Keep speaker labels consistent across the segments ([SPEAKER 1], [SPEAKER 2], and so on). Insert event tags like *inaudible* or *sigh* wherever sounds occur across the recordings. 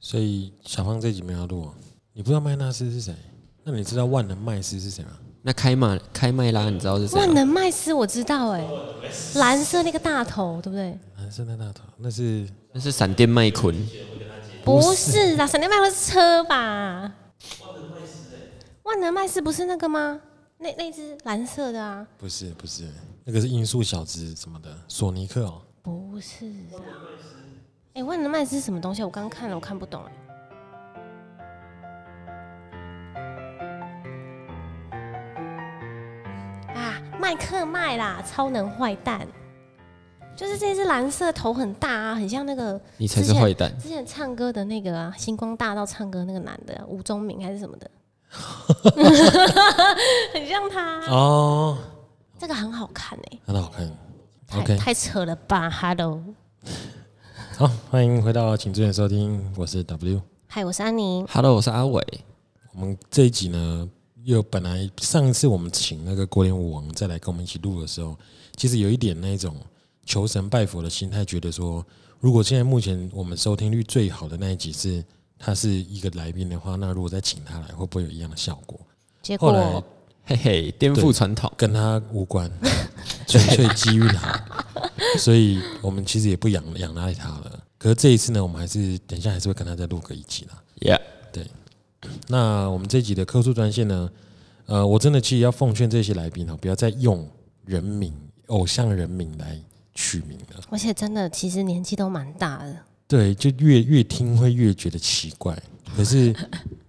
[SPEAKER 1] 所以小胖这集没有要录哦。你不知道麦纳斯是谁？那你知道万能麦斯是谁吗？
[SPEAKER 2] 那开马开麦拉，你知道是谁啊
[SPEAKER 3] 万
[SPEAKER 2] 吗？
[SPEAKER 3] 能麦斯我知道哎、蓝色那个大头对不对？
[SPEAKER 1] 男生的啊大头，那是
[SPEAKER 2] 那是闪电麦昆，
[SPEAKER 3] 不是啦，闪电麦克是车吧？万能麦斯不是那个吗？那那只蓝色的啊？
[SPEAKER 1] 不是不是？那个是音速小子什么的，索尼克哦。
[SPEAKER 3] 不是啊。哎、万能麦斯是什么东西？我刚看了，我看不懂哎、啊，麦克麦啦，超能坏蛋，就是这只蓝色头很大啊，很像那个
[SPEAKER 2] 你才是坏蛋。
[SPEAKER 3] 之前唱歌的那个啊，星光大道唱歌那个男的啊、吴宗明还是什么的， *laughs* 很像他。啊
[SPEAKER 1] 哦，
[SPEAKER 3] 这个很好看哎、
[SPEAKER 1] 很好看。
[SPEAKER 3] 太
[SPEAKER 1] OK
[SPEAKER 3] 太扯了吧！Hello，
[SPEAKER 1] 好，欢迎回到请注意收听，我是 W。
[SPEAKER 3] 嗨，我是安妮。
[SPEAKER 2] Hello，我是阿伟。
[SPEAKER 1] 我们这一集呢，又本来上一次我们请那个国联舞王再来跟我们一起录的时候，其实有一点那种求神拜佛的心态，觉得说，如果现在目前我们收听率最好的那一集是他是一个来宾的话，那如果再请他来，会不会有一样的效果？
[SPEAKER 3] 结
[SPEAKER 1] 后来
[SPEAKER 3] 果
[SPEAKER 2] 嘿嘿，颠覆传统。
[SPEAKER 1] 跟他无关， *laughs* 纯粹机遇好，所以我们其实也不养养赖他了。可是这一次呢，我们还是等一下还是会跟他再录个一集啦。
[SPEAKER 2] Yeah，
[SPEAKER 1] 那我们这一集的客诉专线呢，呃，我真的其实要奉劝这些来宾哦，不要再用人名、偶像人名来取名了。
[SPEAKER 3] 而且真的，其实年纪都蛮大的。
[SPEAKER 1] 对，就越越听会越觉得奇怪。可是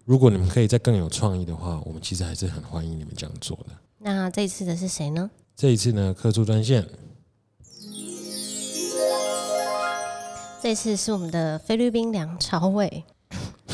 [SPEAKER 1] 如果你们可以再更有创意的话，我们其实还是很欢迎你们这样做的。
[SPEAKER 3] 那这次的是谁呢？
[SPEAKER 1] 这一次呢，客诉专线
[SPEAKER 3] 这次是我们的菲律宾梁朝伟，
[SPEAKER 1] *laughs*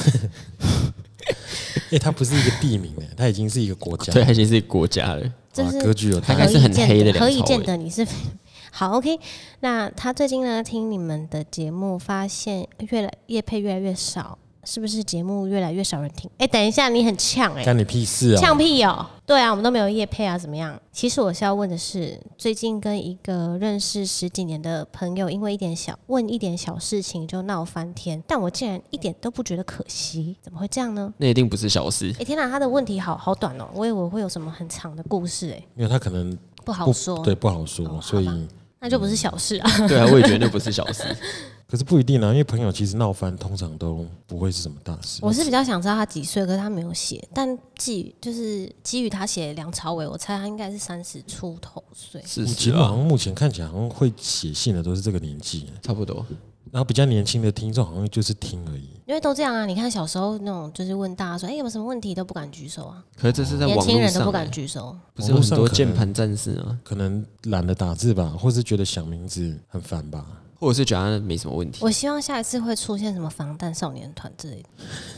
[SPEAKER 1] 哎、它不是一个地名诶，它已经是一个国家。
[SPEAKER 2] 对，，它已经是国家了。
[SPEAKER 3] 这
[SPEAKER 1] 哇，
[SPEAKER 3] 是
[SPEAKER 1] 格局有
[SPEAKER 3] 可
[SPEAKER 2] 大
[SPEAKER 1] 大
[SPEAKER 2] 概。是很黑的
[SPEAKER 3] 以见得可以
[SPEAKER 2] 梁朝伟
[SPEAKER 3] 见得你是非 *laughs* 好 OK。那他最近呢，听你们的节目，发现越来夜配越来越少，是不是节目越来越少人听？哎、等一下，你很呛哎、
[SPEAKER 1] 干你屁事啊、
[SPEAKER 3] 呛屁哦、对啊，我们都没有夜配啊，怎么样？其实我是要问的是，最近跟一个认识十几年的朋友，因为一点小问一点小事情就闹翻天，但我竟然一点都不觉得可惜，怎么会这样呢？
[SPEAKER 2] 那一定不是小
[SPEAKER 3] *laughs*
[SPEAKER 2] 事
[SPEAKER 3] 哎、。天哪，他的问题好好短哦、我以为会有什么很长的故事、哎，
[SPEAKER 1] 因为他可能
[SPEAKER 3] 不好
[SPEAKER 1] 不
[SPEAKER 3] 说。
[SPEAKER 1] 对，不好说，
[SPEAKER 3] 哦
[SPEAKER 1] 所以
[SPEAKER 3] 好那就不是小事啊。 *laughs*
[SPEAKER 2] 对啊，我也觉得那不是小事。
[SPEAKER 1] 可是不一定啊，因为朋友其实闹翻通常都不会是什么大事。
[SPEAKER 3] 我是啊比较想知道他几岁，可是他没有写。但基于就是基于他写梁朝伟，我猜他应该是三十出头岁。
[SPEAKER 2] 是
[SPEAKER 1] 其实
[SPEAKER 2] 是
[SPEAKER 1] 好
[SPEAKER 2] 啊，
[SPEAKER 1] 像目前看起来好像会写信的都是这个年纪，
[SPEAKER 2] 差不多。
[SPEAKER 1] 然后比较年轻的听众好像就是听而已。
[SPEAKER 3] 因为都这样啊，你看小时候那种，就是问大家说，哎、有没有什么问题都不敢举手啊，
[SPEAKER 2] 可是这是在网
[SPEAKER 3] 年
[SPEAKER 2] 络上、
[SPEAKER 3] 轻
[SPEAKER 2] 欸，
[SPEAKER 3] 人都不敢举手。
[SPEAKER 2] 不是有很
[SPEAKER 1] 网络上
[SPEAKER 2] 多
[SPEAKER 1] 可能
[SPEAKER 2] 键盘战士啊，
[SPEAKER 1] 可能懒得打字吧，或是觉得想名字很烦吧。
[SPEAKER 2] 或者是觉得他没什么问题。
[SPEAKER 3] 我希望下一次会出现什么防弹少年团之类的，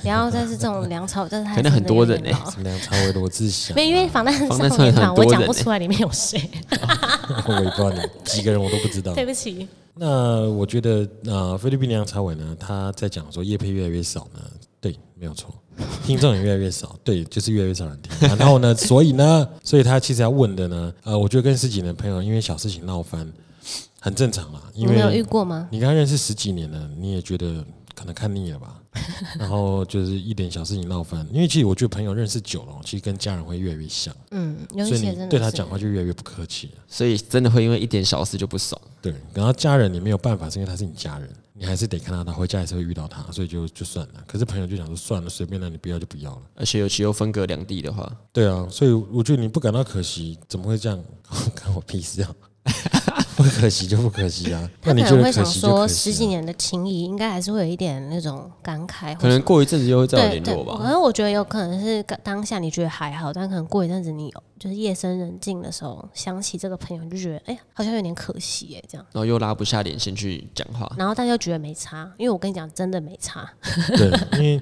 [SPEAKER 3] 不要再是这
[SPEAKER 2] *laughs*
[SPEAKER 3] 种梁朝，但是他
[SPEAKER 2] 可能很多人
[SPEAKER 3] 呢、
[SPEAKER 2] 欸
[SPEAKER 1] 什么梁朝伟、罗志祥、
[SPEAKER 3] 没有因为防弹
[SPEAKER 2] 防弹
[SPEAKER 3] 少
[SPEAKER 2] 少
[SPEAKER 3] 年
[SPEAKER 2] 年团
[SPEAKER 3] 团，我
[SPEAKER 2] 多
[SPEAKER 3] 讲
[SPEAKER 2] 人
[SPEAKER 3] 不
[SPEAKER 2] 欸
[SPEAKER 3] 出来里面有谁，
[SPEAKER 1] *laughs*
[SPEAKER 3] *laughs*
[SPEAKER 1] 我也不知道你几个人，我都不知道。
[SPEAKER 3] 对不起。
[SPEAKER 1] 那我觉得，呃，菲律宾梁朝伟呢，他在讲说叶配越来越少呢，对，没有错，听众也越来越少，对，就是越来越少人听。然后呢，所以呢，所以他其实要问的呢，呃，我觉得跟十几年的朋友因为小事情闹翻，很正常啦，
[SPEAKER 3] 你
[SPEAKER 1] 因
[SPEAKER 3] 们有遇
[SPEAKER 1] 为
[SPEAKER 3] 过吗？
[SPEAKER 1] 你跟他认识十几年了，你也觉得可能看腻了吧，然后就是一点小事情闹翻，因为其实我觉得朋友认识久了，其实跟家人会越来越像，
[SPEAKER 3] 嗯，有
[SPEAKER 1] 所
[SPEAKER 3] 一
[SPEAKER 1] 以
[SPEAKER 3] 些
[SPEAKER 1] 你
[SPEAKER 3] 真
[SPEAKER 1] 对
[SPEAKER 3] 的
[SPEAKER 1] 他
[SPEAKER 3] 是
[SPEAKER 1] 讲话就越来越不客气了。
[SPEAKER 2] 所以真的会因为一点小事就不爽。
[SPEAKER 1] 对，然后家人你没有办法，是因为他是你家人，你还是得看到他，回家还是会遇到他，所以就就算了。可是朋友就想说算了，随便了，你不要就不要了。
[SPEAKER 2] 而且尤其又分隔两地的话，
[SPEAKER 1] 对啊，所以我觉得你不感到可惜，怎么会这样？干我屁事啊！不可惜就不可惜
[SPEAKER 3] *laughs*
[SPEAKER 1] 啊，那
[SPEAKER 3] 他
[SPEAKER 1] 你
[SPEAKER 3] 可
[SPEAKER 1] 觉得
[SPEAKER 3] 能会
[SPEAKER 1] 可
[SPEAKER 3] 想
[SPEAKER 1] 惜就可
[SPEAKER 3] 说，
[SPEAKER 1] 惜、啊。
[SPEAKER 3] 十几年的情谊应该还是会有一点那种感慨或什么，
[SPEAKER 2] 可能过一阵子又会再有
[SPEAKER 3] 对
[SPEAKER 2] 联
[SPEAKER 3] 对，
[SPEAKER 2] 络
[SPEAKER 3] 可
[SPEAKER 2] 吧。
[SPEAKER 3] 能我觉得有可能是刚当下你觉得还好，但可能过一阵子你有就是夜深人静的时候想起这个朋友，你就觉得哎、呀好像有点可惜哎、这样。
[SPEAKER 2] 然后又拉不下脸先去讲话，
[SPEAKER 3] 然后但又觉得没差，因为我跟你讲，真的没差。
[SPEAKER 1] 对，因为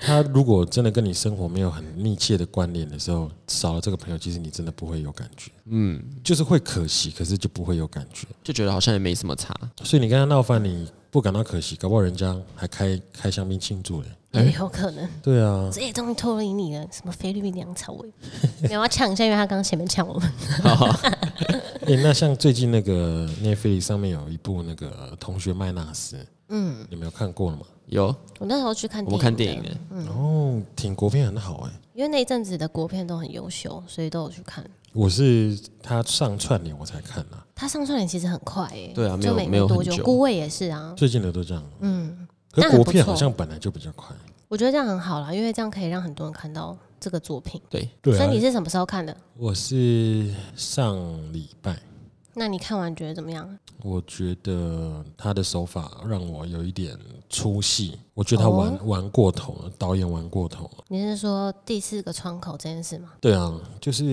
[SPEAKER 1] 他如果真的跟你生活没有很密切的关联的时候，少了这个朋友，其实你真的不会有感觉。嗯，就是会可惜，可是就不会有感觉。
[SPEAKER 2] 就觉得好像也没什么
[SPEAKER 3] *laughs*
[SPEAKER 2] 差。 *laughs*
[SPEAKER 1] 所以你跟他闹翻，你不感到可惜，搞不好人家还开开香槟庆祝嘞。
[SPEAKER 2] 哎
[SPEAKER 3] 也有可能，
[SPEAKER 1] 对啊，
[SPEAKER 3] 这也终于脱离你了。什么菲律宾梁朝
[SPEAKER 2] *laughs*
[SPEAKER 3] 伟，没有我要抢一下，因为他刚刚前面抢我们。 *laughs*
[SPEAKER 1] 哎、那像最近那个 Netflix 上面有一部那个《同学麦纳斯》，
[SPEAKER 3] 嗯，
[SPEAKER 1] 你没有看过了吗？
[SPEAKER 2] 有，
[SPEAKER 3] 我那时候去看
[SPEAKER 2] 我
[SPEAKER 3] 电影，
[SPEAKER 2] 们看电影的，，
[SPEAKER 1] 哦，挺国片很好哎、
[SPEAKER 3] 因为那一阵子的国片都很优秀，所以都有去看。
[SPEAKER 1] 我是他上串联我才看啊啦、
[SPEAKER 3] 他上串联其实很快诶、
[SPEAKER 2] 对啊没有
[SPEAKER 3] 就没
[SPEAKER 2] 没有很
[SPEAKER 3] 多久
[SPEAKER 2] 久。
[SPEAKER 3] 孤味也是啊，
[SPEAKER 1] 最近的都这样。
[SPEAKER 3] 嗯，
[SPEAKER 1] 可
[SPEAKER 3] 那
[SPEAKER 1] 是
[SPEAKER 3] 很
[SPEAKER 1] 国
[SPEAKER 3] 不
[SPEAKER 1] 片
[SPEAKER 3] 错
[SPEAKER 1] 好像本来就比较快。
[SPEAKER 3] 我觉得这样很好啦，因为这样可以让很多人看到这个作品。
[SPEAKER 2] 对，
[SPEAKER 1] 对
[SPEAKER 3] 所以
[SPEAKER 1] 啊
[SPEAKER 3] 你，是什么时候看的？
[SPEAKER 1] 我是上礼拜，
[SPEAKER 3] 那你看完觉得怎么样？
[SPEAKER 1] 我觉得他的手法让我有一点出戏，我觉得他
[SPEAKER 3] 哦
[SPEAKER 1] 玩、玩过头了，导演玩过头了。
[SPEAKER 3] 你是说第四个窗口这件事吗？
[SPEAKER 1] 对啊，就是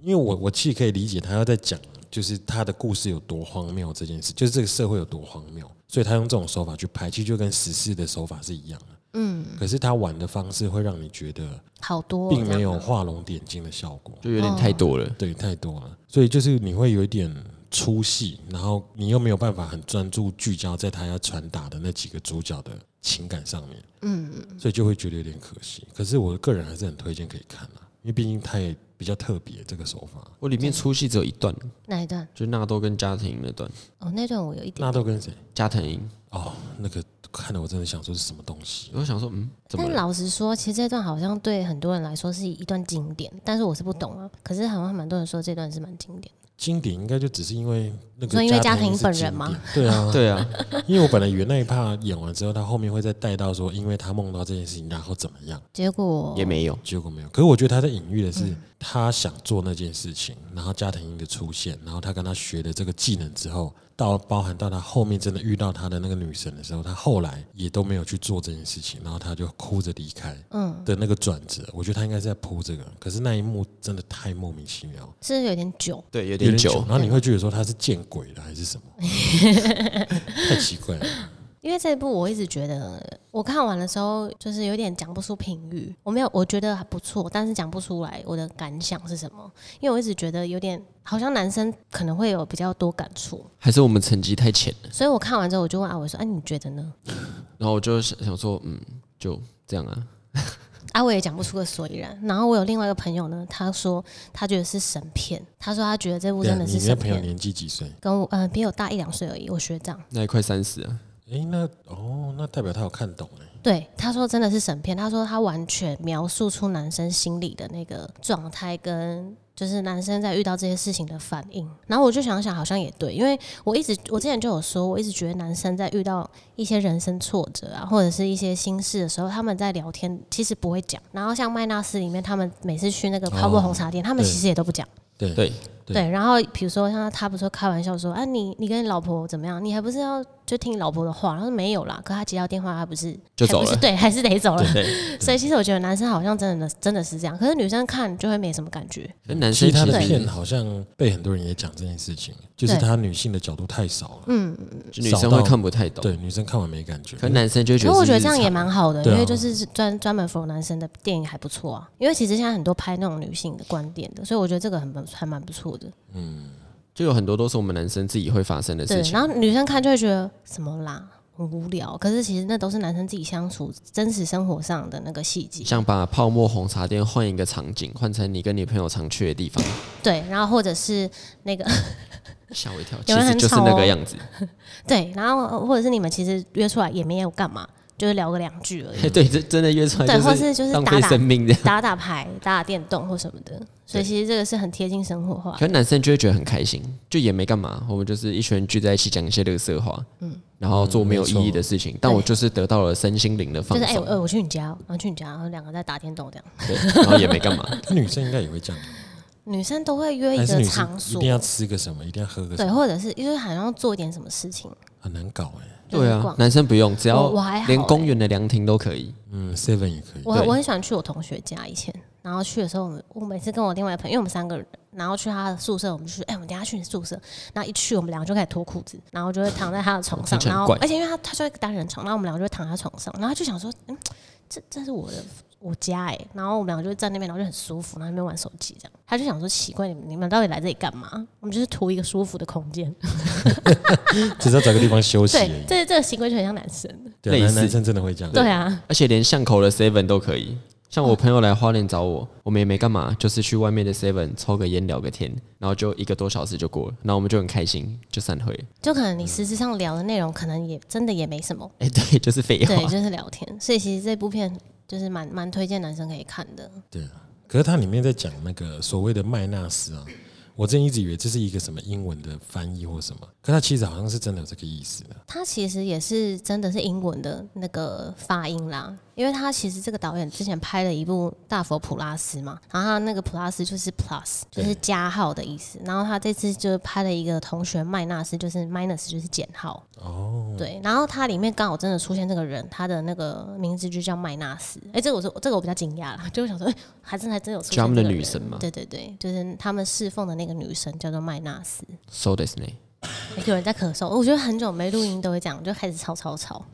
[SPEAKER 1] 因为我我其实可以理解他要在讲，就是他的故事有多荒谬这件事，就是这个社会有多荒谬，所以他用这种手法去拍，其实就跟史诗的手法是一样的。嗯，可是他玩的方式会让你觉得
[SPEAKER 3] 好多、哦，
[SPEAKER 1] 并
[SPEAKER 3] 这样
[SPEAKER 1] 没有
[SPEAKER 3] 吗
[SPEAKER 1] 画龙点睛的效果。
[SPEAKER 2] 就有点太
[SPEAKER 3] 嗯
[SPEAKER 2] 多了。
[SPEAKER 1] 对，太多了，所以就是你会有一点出戏，然后你又没有办法很专注聚焦在他要传达的那几个主角的情感上面，嗯，所以就会觉得有点可惜。可是我个人还是很推荐可以看啊，因为毕竟他也比较特别这个手法。
[SPEAKER 2] 我里面出戏只有一段，
[SPEAKER 3] 哪一段？
[SPEAKER 2] 就是纳豆跟加藤鹰那段。
[SPEAKER 3] 哦，那段我有一点
[SPEAKER 1] 纳豆跟谁？
[SPEAKER 2] 加藤鹰，
[SPEAKER 1] 哦，那个看了我真的想说是什么东西？哦
[SPEAKER 2] 我想说，嗯，怎么
[SPEAKER 3] 但
[SPEAKER 2] 了？
[SPEAKER 3] 老实说，其实这段好像对很多人来说是一段经典，但是我是不懂啊。可是好像蛮多人说这段是蛮经典的。
[SPEAKER 1] 经典应该就只是因为那
[SPEAKER 3] 所
[SPEAKER 1] 个
[SPEAKER 3] 以因为
[SPEAKER 1] 家
[SPEAKER 3] 家庭
[SPEAKER 1] 是
[SPEAKER 3] 本
[SPEAKER 1] 经
[SPEAKER 3] 人吗
[SPEAKER 1] 典？对啊，
[SPEAKER 2] 对啊，
[SPEAKER 1] 因为我本来以为那一趴演完之后，他后面会再带到说，因为他梦到这件事情，然后怎么样。
[SPEAKER 3] 结果
[SPEAKER 2] 也没有，
[SPEAKER 1] 结果没有。可是我觉得他在隐喻的是，
[SPEAKER 3] 嗯
[SPEAKER 1] 他想做那件事情，然后加藤鹰的出现，然后他跟他学的这个技能之后，到包含到他后面真的遇到他的那个女神的时候，他后来也都没有去做这件事情，然后他就哭着离开。嗯，的那个转折，我觉得他应该是在铺这个。可是那一幕真的太莫名其妙，
[SPEAKER 3] 是不是有点久。
[SPEAKER 2] 对，有
[SPEAKER 1] 有
[SPEAKER 2] 点
[SPEAKER 1] 久
[SPEAKER 3] 嗯
[SPEAKER 2] 久。
[SPEAKER 1] 然后你会觉得说他是见鬼了还是
[SPEAKER 3] *laughs*
[SPEAKER 1] 什么？太奇怪了。
[SPEAKER 3] 因为这部我一直觉得，我看完的时候就是有点讲不出评语，我没有，我觉得还不错，但是讲不出来我的感想是什么，因为我一直觉得有点好像男生可能会有比较多感触，
[SPEAKER 2] 还是我们成绩太浅了。
[SPEAKER 3] 所以我看完之后我就问阿伟说：“哎、你觉得呢
[SPEAKER 2] 然后我就想想说，嗯，就这样啊。？”
[SPEAKER 3] 阿伟也讲不出个所以然。然后我有另外一个朋友呢，他说他觉得是神片，他说他觉得这部
[SPEAKER 1] 对啊
[SPEAKER 3] 真的
[SPEAKER 1] 你
[SPEAKER 3] 是
[SPEAKER 1] 那
[SPEAKER 3] 神
[SPEAKER 1] 朋友
[SPEAKER 3] 片，
[SPEAKER 1] 年纪几岁？
[SPEAKER 3] 跟我呃比我大一两岁而已，我学长。
[SPEAKER 2] 那也快三十啊，
[SPEAKER 1] 诶，那哦，那代表他有看懂哎、
[SPEAKER 3] 对，他说真的是神片，他说他完全描述出男生心里的那个状态跟。就是男生在遇到这些事情的反应，然后我就想想，好像也对，因为我一直我之前就有说，我一直觉得男生在遇到一些人生挫折啊，或者是一些心事的时候，他们在聊天其实不会讲。然后像麦纳斯里面，他们每次去那个泡沫
[SPEAKER 1] 哦
[SPEAKER 3] 红茶店，他们
[SPEAKER 1] 对
[SPEAKER 3] 其实也都不讲。
[SPEAKER 1] 对
[SPEAKER 2] 对
[SPEAKER 1] 对
[SPEAKER 3] 对，然后比如说像他不是说开玩笑说，啊你你跟你老婆怎么样？你还不是要就听你老婆的话？然后没有啦，可他接到电话，他不是
[SPEAKER 2] 就
[SPEAKER 3] 还不
[SPEAKER 2] 走
[SPEAKER 3] 是
[SPEAKER 2] 了
[SPEAKER 3] 对，还是得走了。
[SPEAKER 2] *laughs* 对。
[SPEAKER 3] 所以其实我觉得男生好像真的真的是这样，可是女生看就会没什么感觉。
[SPEAKER 2] 那男
[SPEAKER 1] 其
[SPEAKER 2] 生
[SPEAKER 1] 实他的
[SPEAKER 2] 其
[SPEAKER 1] 片
[SPEAKER 2] 实
[SPEAKER 1] 好像被很多人也讲这件事情，就是
[SPEAKER 3] 对嗯
[SPEAKER 1] 他女性的角度太少了，
[SPEAKER 2] 就女生会看不太懂，
[SPEAKER 1] 对女生看完没感觉。
[SPEAKER 2] 可男生就会
[SPEAKER 3] 可
[SPEAKER 2] 觉
[SPEAKER 3] 是
[SPEAKER 2] 得。
[SPEAKER 3] 我觉得这样也蛮好的，
[SPEAKER 1] 对啊
[SPEAKER 3] 因为就是专专门 for 男生的电影还不错啊。因为其实现在很多拍那种女性的观点的，所以我觉得这个很不还蛮不错的。
[SPEAKER 2] 就有很多都是我们男生自己会发生的
[SPEAKER 3] 对
[SPEAKER 2] 事，情
[SPEAKER 3] 然。后女生看就会觉得什么啦，很无聊。可是其实那都是男生自己相处真实生活上的那个细节。
[SPEAKER 2] 像把泡沫红茶店换一个场景，换成你跟你朋友常去的地方，
[SPEAKER 3] 对，然后或者是那个 *laughs*
[SPEAKER 2] 吓我一跳。其
[SPEAKER 3] 有人
[SPEAKER 2] 实
[SPEAKER 3] 很
[SPEAKER 2] 就是
[SPEAKER 3] 吵
[SPEAKER 2] 那
[SPEAKER 3] 哦
[SPEAKER 2] 个样子，
[SPEAKER 3] 对，然后或者是你们其实约出来也没有干嘛，就是聊个两句而
[SPEAKER 1] *laughs*
[SPEAKER 3] 已，
[SPEAKER 2] *laughs* 对，真真的约出来
[SPEAKER 3] 对，
[SPEAKER 2] 就
[SPEAKER 3] 或
[SPEAKER 2] 是
[SPEAKER 3] 是就是
[SPEAKER 2] 浪
[SPEAKER 3] 打
[SPEAKER 2] 费
[SPEAKER 3] 打
[SPEAKER 2] 生命这样。
[SPEAKER 3] 打打牌、打打电动或什么的，所以其实这个是很贴近生活化
[SPEAKER 2] 可。是男生就会觉得很开心，就也没干嘛，我们就是一群人聚在一起讲一些乐色话，嗯，然后做没有意义的事情，但我就是得到了身心灵的
[SPEAKER 3] 就
[SPEAKER 2] 放
[SPEAKER 3] 是哎、我
[SPEAKER 2] 松，
[SPEAKER 3] 呃我去你家哦，然后去你家，然后两个在打电动这样。
[SPEAKER 2] 对，然后也没
[SPEAKER 3] *laughs*
[SPEAKER 2] 干嘛，
[SPEAKER 1] 女生应该也会这样，
[SPEAKER 3] 女生都会约一
[SPEAKER 1] 还是
[SPEAKER 3] 个
[SPEAKER 1] 女
[SPEAKER 3] 场
[SPEAKER 1] 生一
[SPEAKER 3] 所
[SPEAKER 1] 定，要吃个什么，一定要喝个什
[SPEAKER 3] 对，
[SPEAKER 1] 么，
[SPEAKER 3] 或者是因为好像要做一点什么事情。
[SPEAKER 1] 很难搞哎、
[SPEAKER 2] 对
[SPEAKER 3] 就是
[SPEAKER 2] 啊
[SPEAKER 3] 逛，
[SPEAKER 2] 男生不用，只
[SPEAKER 3] 我
[SPEAKER 2] 要
[SPEAKER 3] 我还好
[SPEAKER 2] 连
[SPEAKER 3] 欸
[SPEAKER 2] 公园的凉亭都可以，
[SPEAKER 1] 嗯，seven 也可以。
[SPEAKER 3] 我
[SPEAKER 2] 对
[SPEAKER 3] 我很喜欢去我同学家以前，然后去的时候，我们我每次跟我另外一个朋友，因为我们三个人，然后去他的宿舍，我们就说，哎、我们等一下去你宿舍，然后一去，我们两个就开始脱裤子，然后就会躺在他的床上 *laughs*
[SPEAKER 2] 听，起来
[SPEAKER 3] 然
[SPEAKER 2] 很
[SPEAKER 3] 后
[SPEAKER 2] 怪
[SPEAKER 3] 而且因为他他就一个单人床，然后我们两个就会躺在他床上，然后他就想说，嗯，这这是我的。我家哎、然后我们两个就在那边，然后就很舒服，然后在那边玩手机这样。他就想说奇怪，你们你们到底来这里干嘛？我们就是图一个舒服的空间。
[SPEAKER 1] 只是要找个地方休息而
[SPEAKER 3] *laughs* 对
[SPEAKER 1] 已，。
[SPEAKER 3] 这这个行为就很像男生。
[SPEAKER 1] 对啊，
[SPEAKER 2] 类
[SPEAKER 1] 男
[SPEAKER 2] 似
[SPEAKER 1] 男生真的会这样。
[SPEAKER 3] 对啊，
[SPEAKER 2] 而且连巷口的 Seven 都可以，像我朋友来花莲找我，我们也没干嘛，就是去外面的 Seven 抽个烟聊个天，然后就一个多小时就过了，然后我们就很开心，就散会了。
[SPEAKER 3] 就可能你实质上聊的内容，可能也真的也没什么，
[SPEAKER 2] 哎、对，就是废 *laughs*
[SPEAKER 3] 对，
[SPEAKER 2] 话。
[SPEAKER 3] 就是聊天。所以其实这部片就是蛮蛮推荐男生可以看的。
[SPEAKER 1] 啊可是它里面在讲那个所谓的麦纳斯啊，我之前一直以为这是一个什么英文的翻译或什么，可它其实好像是真的有这个意思的。
[SPEAKER 3] 他其实也是真的是英文的那个发音啦，因为他其实这个导演之前拍了一部《大佛普拉斯》嘛，然后他那个普拉斯就是 plus，就是加号的意思。然后他这次就拍了一个同学麦纳斯，就是 minus，就是减号。哦，对，然后他里面刚好真的出现这个人，他的那个名字就叫麦纳斯。哎、这个我说这个我比较惊讶啦， *laughs* 就想说，哎、还真还真有出现
[SPEAKER 2] 就他们的
[SPEAKER 3] 这个
[SPEAKER 2] 女
[SPEAKER 3] 人
[SPEAKER 2] 神
[SPEAKER 1] 嗯
[SPEAKER 2] 嘛
[SPEAKER 3] 对对对，就是他们侍奉的那个女神叫做麦纳斯。
[SPEAKER 2] So this name，
[SPEAKER 3] 欸有人在咳嗽，我觉得很久没录音都会这样，就开始吵吵吵。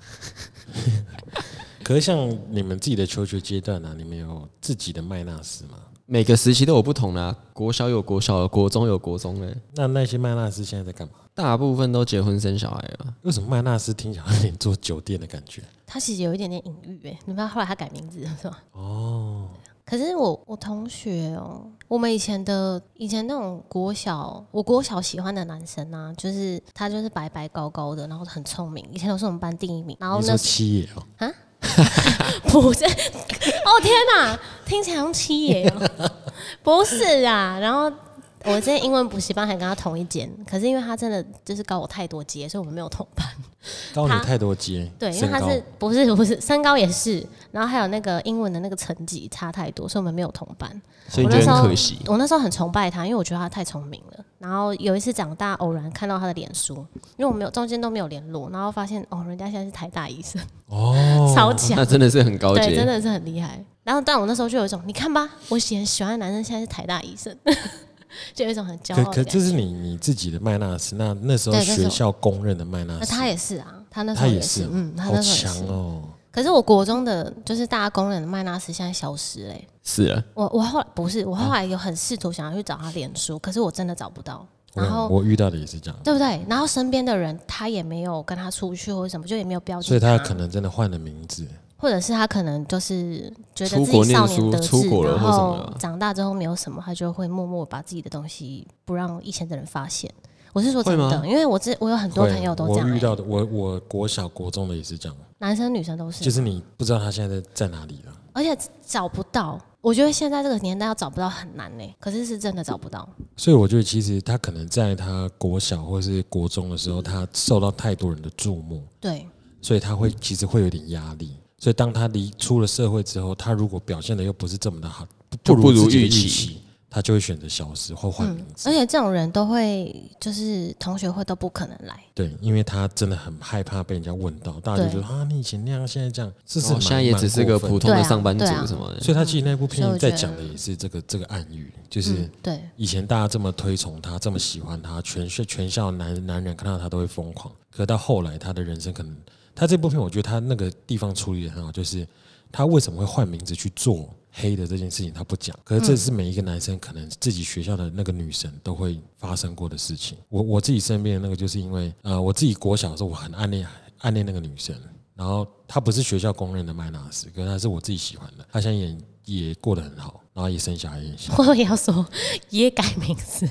[SPEAKER 1] 可是像你们自己的求学阶段啊，你们有自己的麦纳斯吗？
[SPEAKER 2] 每个时期都有不同啦、国小有国小的，国中有国中的，
[SPEAKER 1] 那那些麦纳斯现在在干嘛？
[SPEAKER 2] 大部分都结婚生小孩啊
[SPEAKER 3] 哦
[SPEAKER 2] 了。
[SPEAKER 1] 为什么麦纳斯听起来有点做酒店的感觉？
[SPEAKER 3] 他其实有一点点隐喻，哎，你知道后来他改名字了是吧？哦。可是我我同学哦，我们以前的以前那种国小，我国小喜欢的男生啊，就是他就是白白高高的，然后很聪明，以前都是我们班第一名。然后
[SPEAKER 1] 你
[SPEAKER 3] 那
[SPEAKER 1] 说七爷哦，
[SPEAKER 3] 不是，哦天哪，听起来像七爷哦，不是啊。然后我之前英文补习班还跟他同一间，可是因为他真的就是高我太多阶，所以我们没有同班。
[SPEAKER 1] 高你
[SPEAKER 3] 他
[SPEAKER 1] 太多阶，
[SPEAKER 3] 对，因为
[SPEAKER 1] 身
[SPEAKER 3] 他
[SPEAKER 1] 高
[SPEAKER 3] 是不是不是身高也是，然后还有那个英文的那个成绩差太多，所以我们没有同班。
[SPEAKER 2] 所以
[SPEAKER 3] 我
[SPEAKER 2] 你
[SPEAKER 3] 那
[SPEAKER 2] 觉
[SPEAKER 3] 时
[SPEAKER 2] 得
[SPEAKER 3] 候
[SPEAKER 2] 很可惜，
[SPEAKER 3] 我那时候很崇拜他，因为我觉得他太聪明了。然后有一次长大偶然看到他的脸书，因为我没有中间都没有联络，然后发现哦，人家现在是台大医生，
[SPEAKER 1] 哦，
[SPEAKER 3] 超强
[SPEAKER 2] 那，真的是很高
[SPEAKER 3] 对，真
[SPEAKER 2] 阶。
[SPEAKER 3] 的是很厉害。然后但我那时候就有一种，你看吧，我喜欢喜欢的男生现在是台大医生， *laughs* 就有一种很骄
[SPEAKER 1] 可
[SPEAKER 3] 傲的
[SPEAKER 1] 可
[SPEAKER 3] 感觉
[SPEAKER 1] 这。是你你自己的麦纳斯，那那时候
[SPEAKER 3] 对那时候
[SPEAKER 1] 学校公认的麦纳
[SPEAKER 3] 那
[SPEAKER 1] 斯，
[SPEAKER 3] 他也是啊，他那时
[SPEAKER 1] 他
[SPEAKER 3] 候
[SPEAKER 1] 也
[SPEAKER 3] 是
[SPEAKER 1] 是，，
[SPEAKER 3] 嗯，他
[SPEAKER 1] 好
[SPEAKER 3] 那时候也
[SPEAKER 1] 强
[SPEAKER 3] 是。
[SPEAKER 1] 哦，
[SPEAKER 3] 可是我国中的，就是大家公认的麦纳斯，现在消失嘞、欸
[SPEAKER 2] 是啊，
[SPEAKER 3] 我我后来不是，我后来有很试图想要去找他脸书，可是我真的找不到。
[SPEAKER 1] 我跟
[SPEAKER 3] 然
[SPEAKER 1] 你讲
[SPEAKER 3] 后
[SPEAKER 1] 我遇到的也是这样，
[SPEAKER 3] 对不对？然后身边的人他也没有跟他出去或者什么，就也没有标啊记
[SPEAKER 1] 所以他可能真的换了名字，
[SPEAKER 3] 或者是他可能就是觉得
[SPEAKER 2] 出
[SPEAKER 3] 自己
[SPEAKER 2] 国念
[SPEAKER 3] 少
[SPEAKER 2] 书
[SPEAKER 3] 年得
[SPEAKER 2] 出
[SPEAKER 3] 志，
[SPEAKER 2] 国了
[SPEAKER 3] 然
[SPEAKER 2] 或什么
[SPEAKER 3] 后
[SPEAKER 2] 了
[SPEAKER 3] 长大之后没有什么，他就会默默把自己的东西不让以前的人发现。我是说真
[SPEAKER 2] 会
[SPEAKER 3] 的，
[SPEAKER 2] 吗
[SPEAKER 3] 因为我之我有很多
[SPEAKER 1] 会
[SPEAKER 3] 朋友都这
[SPEAKER 1] 我
[SPEAKER 3] 样、
[SPEAKER 1] 遇
[SPEAKER 3] 欸
[SPEAKER 1] 到的，我我国小国中的也是这样，
[SPEAKER 3] 男生女生都是，
[SPEAKER 1] 就是你不知道他现在在在哪里了，
[SPEAKER 3] 而且找不到。我觉得现在这个年代要找不到很难呢、欸可是是真的找不到。
[SPEAKER 1] 所以我觉得其实他可能在他国小或是国中的时候，他受到太多人的注目，
[SPEAKER 3] 对，
[SPEAKER 1] 所以他会其实会有点压力。所以当他离出了社会之后，他如果表现的又不是这么的好，
[SPEAKER 2] 就不
[SPEAKER 1] 如
[SPEAKER 2] 如
[SPEAKER 1] 自己的
[SPEAKER 2] 预期
[SPEAKER 1] 期，他就会选择消失或换名字。
[SPEAKER 3] 而且这种人都会就是同学会都不可能来。
[SPEAKER 1] 对，因为他真的很害怕被人家问到，大家就觉得啊，你以前那样，现在这样，这是
[SPEAKER 2] 然后
[SPEAKER 1] 蛮
[SPEAKER 2] 哦现在也只是个普。通
[SPEAKER 3] 对
[SPEAKER 2] 的
[SPEAKER 3] 啊
[SPEAKER 2] 上班族
[SPEAKER 3] 对啊
[SPEAKER 2] 什么
[SPEAKER 1] 蛮过
[SPEAKER 2] 的
[SPEAKER 1] 分的。所以他其实那部
[SPEAKER 3] 所以
[SPEAKER 1] 片
[SPEAKER 3] 我觉
[SPEAKER 1] 在
[SPEAKER 3] 得
[SPEAKER 1] 讲的也是这个这个暗喻，就是
[SPEAKER 3] 嗯，对， *laughs*
[SPEAKER 1] 以前大家这么推崇他，这么喜欢他，全校全校男男人看到他都会疯狂。可到后来，他的人生可能，他这部片我觉得他那个地方处理的很好，就是他为什么会换名字去做黑的这件事情，他不讲。可是这是每一个男生可能自己学校的那个女神都会发生过的事情。我我自己身边的那个，就是因为呃，我自己国小的时候我很暗恋暗恋那个女生，然后她不是学校公认的麦纳斯，可是她是我自己喜欢的，她现在也也过得很好，然后也生小孩也很幸福
[SPEAKER 3] 会不会要说也改名字？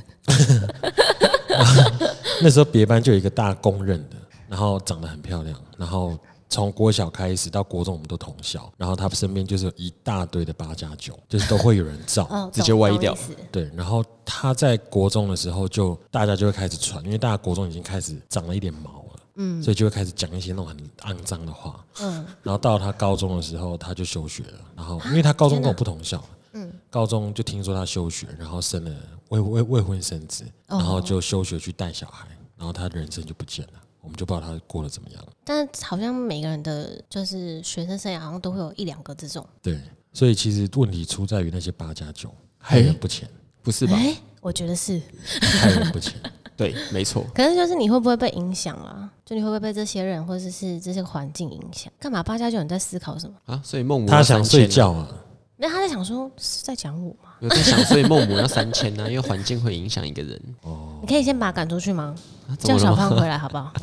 [SPEAKER 1] *laughs* 那时候别班就有一个大公认的，然后长得很漂亮，然后从国小开始到国中我们都同校，然后他身边就是有一大堆的八加九，就是都会有人照。
[SPEAKER 3] 哦，
[SPEAKER 2] 直接
[SPEAKER 3] 懂
[SPEAKER 2] 歪
[SPEAKER 3] 懂
[SPEAKER 2] 掉
[SPEAKER 3] 意思
[SPEAKER 1] 对，然后他在国中的时候就大家就会开始传，因为大家国中已经开始长了一点毛了，嗯，所以就会开始讲一些那种很肮脏的话，嗯，然后到他高中的时候他就休学了，然后因为他高中跟我不同校，嗯，高中就听说他休学，然后生了未未未婚生子，然后就休学去带小孩，然后他的人生就不见了，我们就不知道他过得怎么样。
[SPEAKER 3] 但好像每个人的就是学生生涯，好像都会有一两个这种。
[SPEAKER 1] 对，所以其实问题出在于那些八加九害人不 *laughs* 浅，
[SPEAKER 2] 不是吧？
[SPEAKER 3] 我觉得是，
[SPEAKER 1] 害人不浅。
[SPEAKER 2] 对，没错。
[SPEAKER 3] 可是就是你会不会被影响啊？就你会不会被这些人或者是这些环境影响？干嘛八加九你在思考什么？
[SPEAKER 2] 啊，所以孟母
[SPEAKER 1] 他
[SPEAKER 2] 要
[SPEAKER 1] 想
[SPEAKER 2] 三
[SPEAKER 1] 睡
[SPEAKER 2] 千啊，
[SPEAKER 1] 觉啊，
[SPEAKER 3] 那他在想说是在讲我吗？
[SPEAKER 2] 有在想，所以孟母要三千啊呢、因为环境会影响一个人。
[SPEAKER 3] 你可以先把他赶出去吗？
[SPEAKER 2] 哦啊、怎
[SPEAKER 3] 叫
[SPEAKER 2] 么了 *laughs*
[SPEAKER 3] 小
[SPEAKER 2] 吗？
[SPEAKER 3] 胖回来好不好？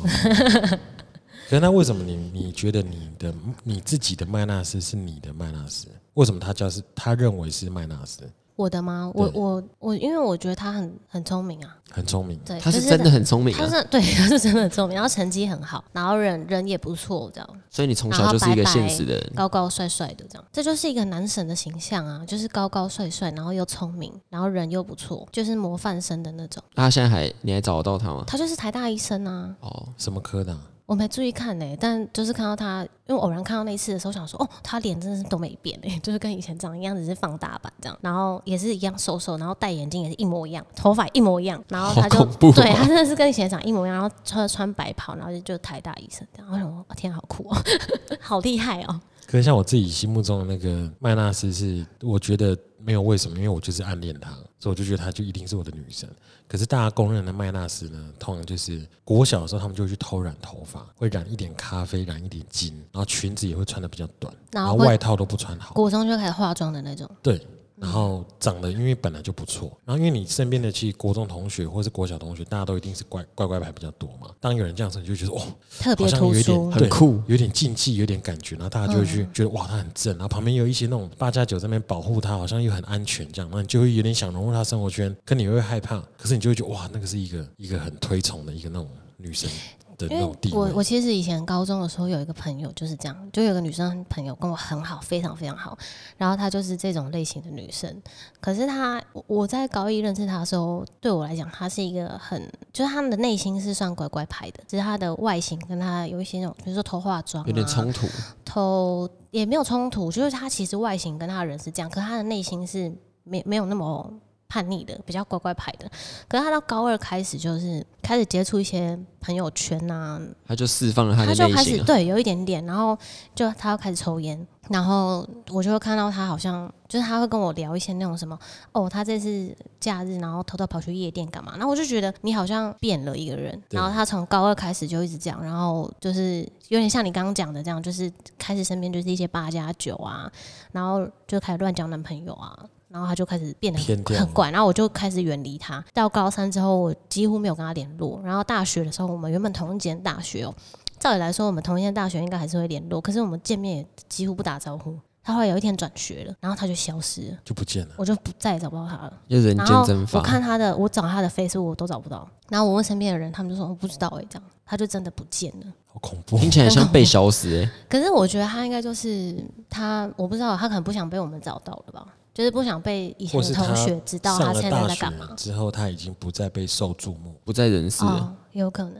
[SPEAKER 1] 可是那为什么你你觉得你的你自己的麦纳斯是你的麦纳斯？为什么他叫是他认为是麦纳斯？
[SPEAKER 3] 我的吗？我
[SPEAKER 1] 对
[SPEAKER 3] 我我，因为我觉得他很很聪明啊，
[SPEAKER 1] 很聪明，
[SPEAKER 3] 对，
[SPEAKER 2] *laughs* 他
[SPEAKER 3] 就是
[SPEAKER 2] 真的很聪明
[SPEAKER 3] 他
[SPEAKER 2] 啊，
[SPEAKER 3] 是对，他是真的很聪明，然后成绩很好，然后人人也不错，这样
[SPEAKER 2] 所以你从小就是一个现实的人。
[SPEAKER 3] 高高帅帅的这样，这就是一个男神的形象啊，就是高高帅帅，然后又聪明，然后人又不错，就是模范生的那种。
[SPEAKER 2] 那他啊现在还你还找得到他吗？
[SPEAKER 3] 他就是台大医生啊，
[SPEAKER 2] 哦，
[SPEAKER 1] 什么科的啊、
[SPEAKER 3] 我没注意看呢、但就是看到他，因为偶然看到那一次的时候，想说哦，他脸真的是都没变哎、 *laughs* 就是跟以前长一样，只是放大版这样，然后也是一样瘦瘦，然后戴眼镜也是一模一样，头发一模一样，然后他就、
[SPEAKER 2] 好恐
[SPEAKER 1] 啊
[SPEAKER 2] 怖哦
[SPEAKER 3] 对他真的是跟以前长一模一样，然后穿穿白袍，然后就就台大医生这样，然后我想说哦天啊，好酷哦、 *laughs* 好厉害哦、
[SPEAKER 1] 可是像我自己心目中的那个麦纳斯是，我觉得没有为什么，因为我就是暗恋她，所以我就觉得她就一定是我的女神。可是大家公认的麦纳斯呢，通常就是国小的时候，他们就会去偷染头发，会染一点咖啡，染一点金，然后裙子也会穿的比较短，
[SPEAKER 3] 然
[SPEAKER 1] 然
[SPEAKER 3] 后
[SPEAKER 1] 后
[SPEAKER 3] 会
[SPEAKER 1] 外套都不穿好。
[SPEAKER 3] 国中就开始化妆的那种，
[SPEAKER 1] 对，
[SPEAKER 3] 嗯
[SPEAKER 1] 然后长得因为本来就不错，然后因为你身边的其实国中同学或是国小同学，大家都一定是乖乖乖牌比较多嘛。当有人这样子，你就觉得哦，
[SPEAKER 3] 特别
[SPEAKER 1] 好像
[SPEAKER 3] 突
[SPEAKER 1] 有一点
[SPEAKER 3] 出。
[SPEAKER 1] 对
[SPEAKER 2] 很酷
[SPEAKER 1] 有点竞技，有点感觉，然后大家就会去
[SPEAKER 3] 嗯
[SPEAKER 1] 觉得哇，他很正，然后旁边有一些那种八加九在那边保护他，好像又很安全这样，然后你就会有点想融入他生活圈，可你又会害怕，可是你就会觉得哇，那个是一个一个很推崇的一个那种女神的
[SPEAKER 3] 因
[SPEAKER 1] 那种
[SPEAKER 3] 为
[SPEAKER 1] 地
[SPEAKER 3] 我我
[SPEAKER 1] 位。
[SPEAKER 3] 其实以前高中的时候有一个朋友就是这样，就有个女生朋友跟我很好，非常非常好，然后她就是这种类型的女生。可是她，我我在高一认识她的时候，对我来讲，她是一个很，就是她的内心是算乖乖牌的，只是她的外形跟她有一些那种，比如说偷化妆、啊，
[SPEAKER 2] 有点冲突，
[SPEAKER 3] 偷也没有冲突，就是她其实外形跟她的人是这样，可她的内心是没没有那么叛逆的，比较乖乖牌的。可是她到高二开始就是开始接触一些朋友圈啊，
[SPEAKER 2] 他就释放了他的
[SPEAKER 3] 她就
[SPEAKER 2] 内
[SPEAKER 3] 开
[SPEAKER 2] 心
[SPEAKER 3] 始
[SPEAKER 2] 啊。
[SPEAKER 3] 对有一点点，然后就她要开始抽烟，然后我就会看到她好像就是她会跟我聊一些那种什么哦，她这次假日然后偷偷跑去夜店干嘛？然后我就觉得你好像变了一个人。
[SPEAKER 1] 对
[SPEAKER 3] 然后她从高二开始就一直这样，然后就是有点像你刚刚讲的这样，就是开始身边就是一些八加九啊，然后就开始乱交男朋友啊。然后她就开始变得
[SPEAKER 1] 偏
[SPEAKER 3] 很
[SPEAKER 1] 掉
[SPEAKER 3] 很怪，然后我就开始远离她。到高三之后，我几乎没有跟她联络。然后大学的时候，我们原本同一间大学哦、照理来说，我们同一间大学应该还是会联络，可是我们见面也几乎不打招呼。他后来有一天转学了，然后他就消失了，
[SPEAKER 1] 就不见了，
[SPEAKER 3] 我就不再也找不到他了。
[SPEAKER 2] 就人
[SPEAKER 3] 然
[SPEAKER 2] 间
[SPEAKER 3] 后
[SPEAKER 2] 蒸
[SPEAKER 3] 我
[SPEAKER 2] 发，
[SPEAKER 3] 看他的，我找他的 Facebook 我都找不到。然后我问身边的人，他们就说我不知道哎、这样他就真的不见了。
[SPEAKER 1] 好恐怖。
[SPEAKER 2] *laughs* 听起来像被消失、欸。
[SPEAKER 3] 可是我觉得他应该就是他，我不知道他可能不想被我们找到了吧，就是不想被以前
[SPEAKER 1] 或是
[SPEAKER 3] 的
[SPEAKER 1] 他
[SPEAKER 3] 同学知道
[SPEAKER 1] 上了
[SPEAKER 3] 现在
[SPEAKER 1] 大
[SPEAKER 3] 在
[SPEAKER 1] 学
[SPEAKER 3] 干嘛。
[SPEAKER 1] 之后，他已经不再备受注目。
[SPEAKER 2] 不在人世欸了，
[SPEAKER 3] 哦，有可能。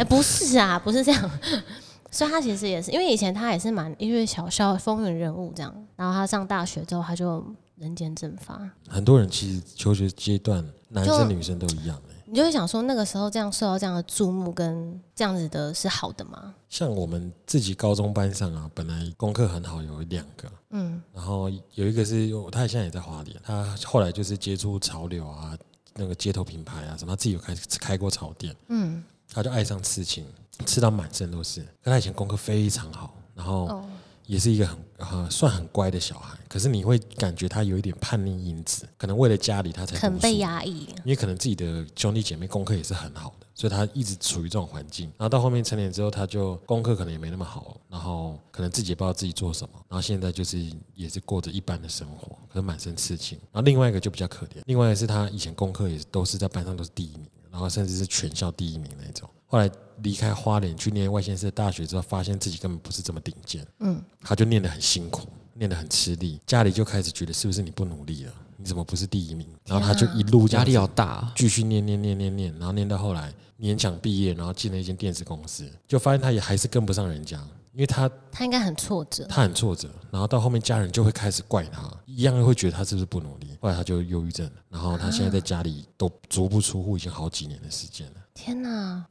[SPEAKER 3] 哎、不是啊，不是这样。 *laughs* 所以他其实也是，因为以前他也是蛮因为小小风云人物这样，然后他上大学之后他就人间蒸发，
[SPEAKER 1] 很多人其实求学阶段，男
[SPEAKER 3] 就
[SPEAKER 1] 生女生都一样、欸。
[SPEAKER 3] 你就会想说那个时候这样受到这样的注目跟这样子的是好的吗？
[SPEAKER 1] 像我们自己高中班上啊，本来功课很好，有两个，
[SPEAKER 3] 嗯，
[SPEAKER 1] 然后有一个是他现在也在花莲，他后来就是接触潮流啊，那个街头品牌啊什么，他自己有开开过潮店，嗯，他就爱上刺青，刺到满身都是。可他以前功课非常好，然后
[SPEAKER 3] 哦
[SPEAKER 1] 也是一个很呃算很乖的小孩，可是你会感觉他有一点叛逆因子，可能为了家里他才
[SPEAKER 3] 很
[SPEAKER 1] 读
[SPEAKER 3] 被
[SPEAKER 1] 书
[SPEAKER 3] 压抑。
[SPEAKER 1] 因为可能自己的兄弟姐妹功课也是很好的，所以他一直处于这种环境。然后到后面成年之后，他就功课可能也没那么好，然后可能自己也不知道自己做什么，然后现在就是也是过着一般的生活，可能满身刺青。然后另外一个就比较可怜，另外一个是他以前功课也都是在班上都是第一名，然后甚至是全校第一名那一种。后来离开花莲去念外县市的大学之后，发现自己根本不是这么顶尖，嗯，他就念得很辛苦，念得很吃力，家里就开始觉得是不是你不努力了，你怎么不是第一名？然后他就一路这
[SPEAKER 2] 压
[SPEAKER 1] 样
[SPEAKER 2] 力
[SPEAKER 1] 子
[SPEAKER 2] 好大啊、
[SPEAKER 1] 继续念念念念念，然后念到后来勉强毕业，然后进了一间电子公司，就发现他也还是跟不上人家，因为他
[SPEAKER 3] 他应该很挫折，
[SPEAKER 1] 他很挫折，然后到后面家人就会开始怪他，一样会觉得他是不是不努力，后来他就忧郁症了，然后他现在在家里都足不出户，已经好几年的时间了。
[SPEAKER 3] 天哪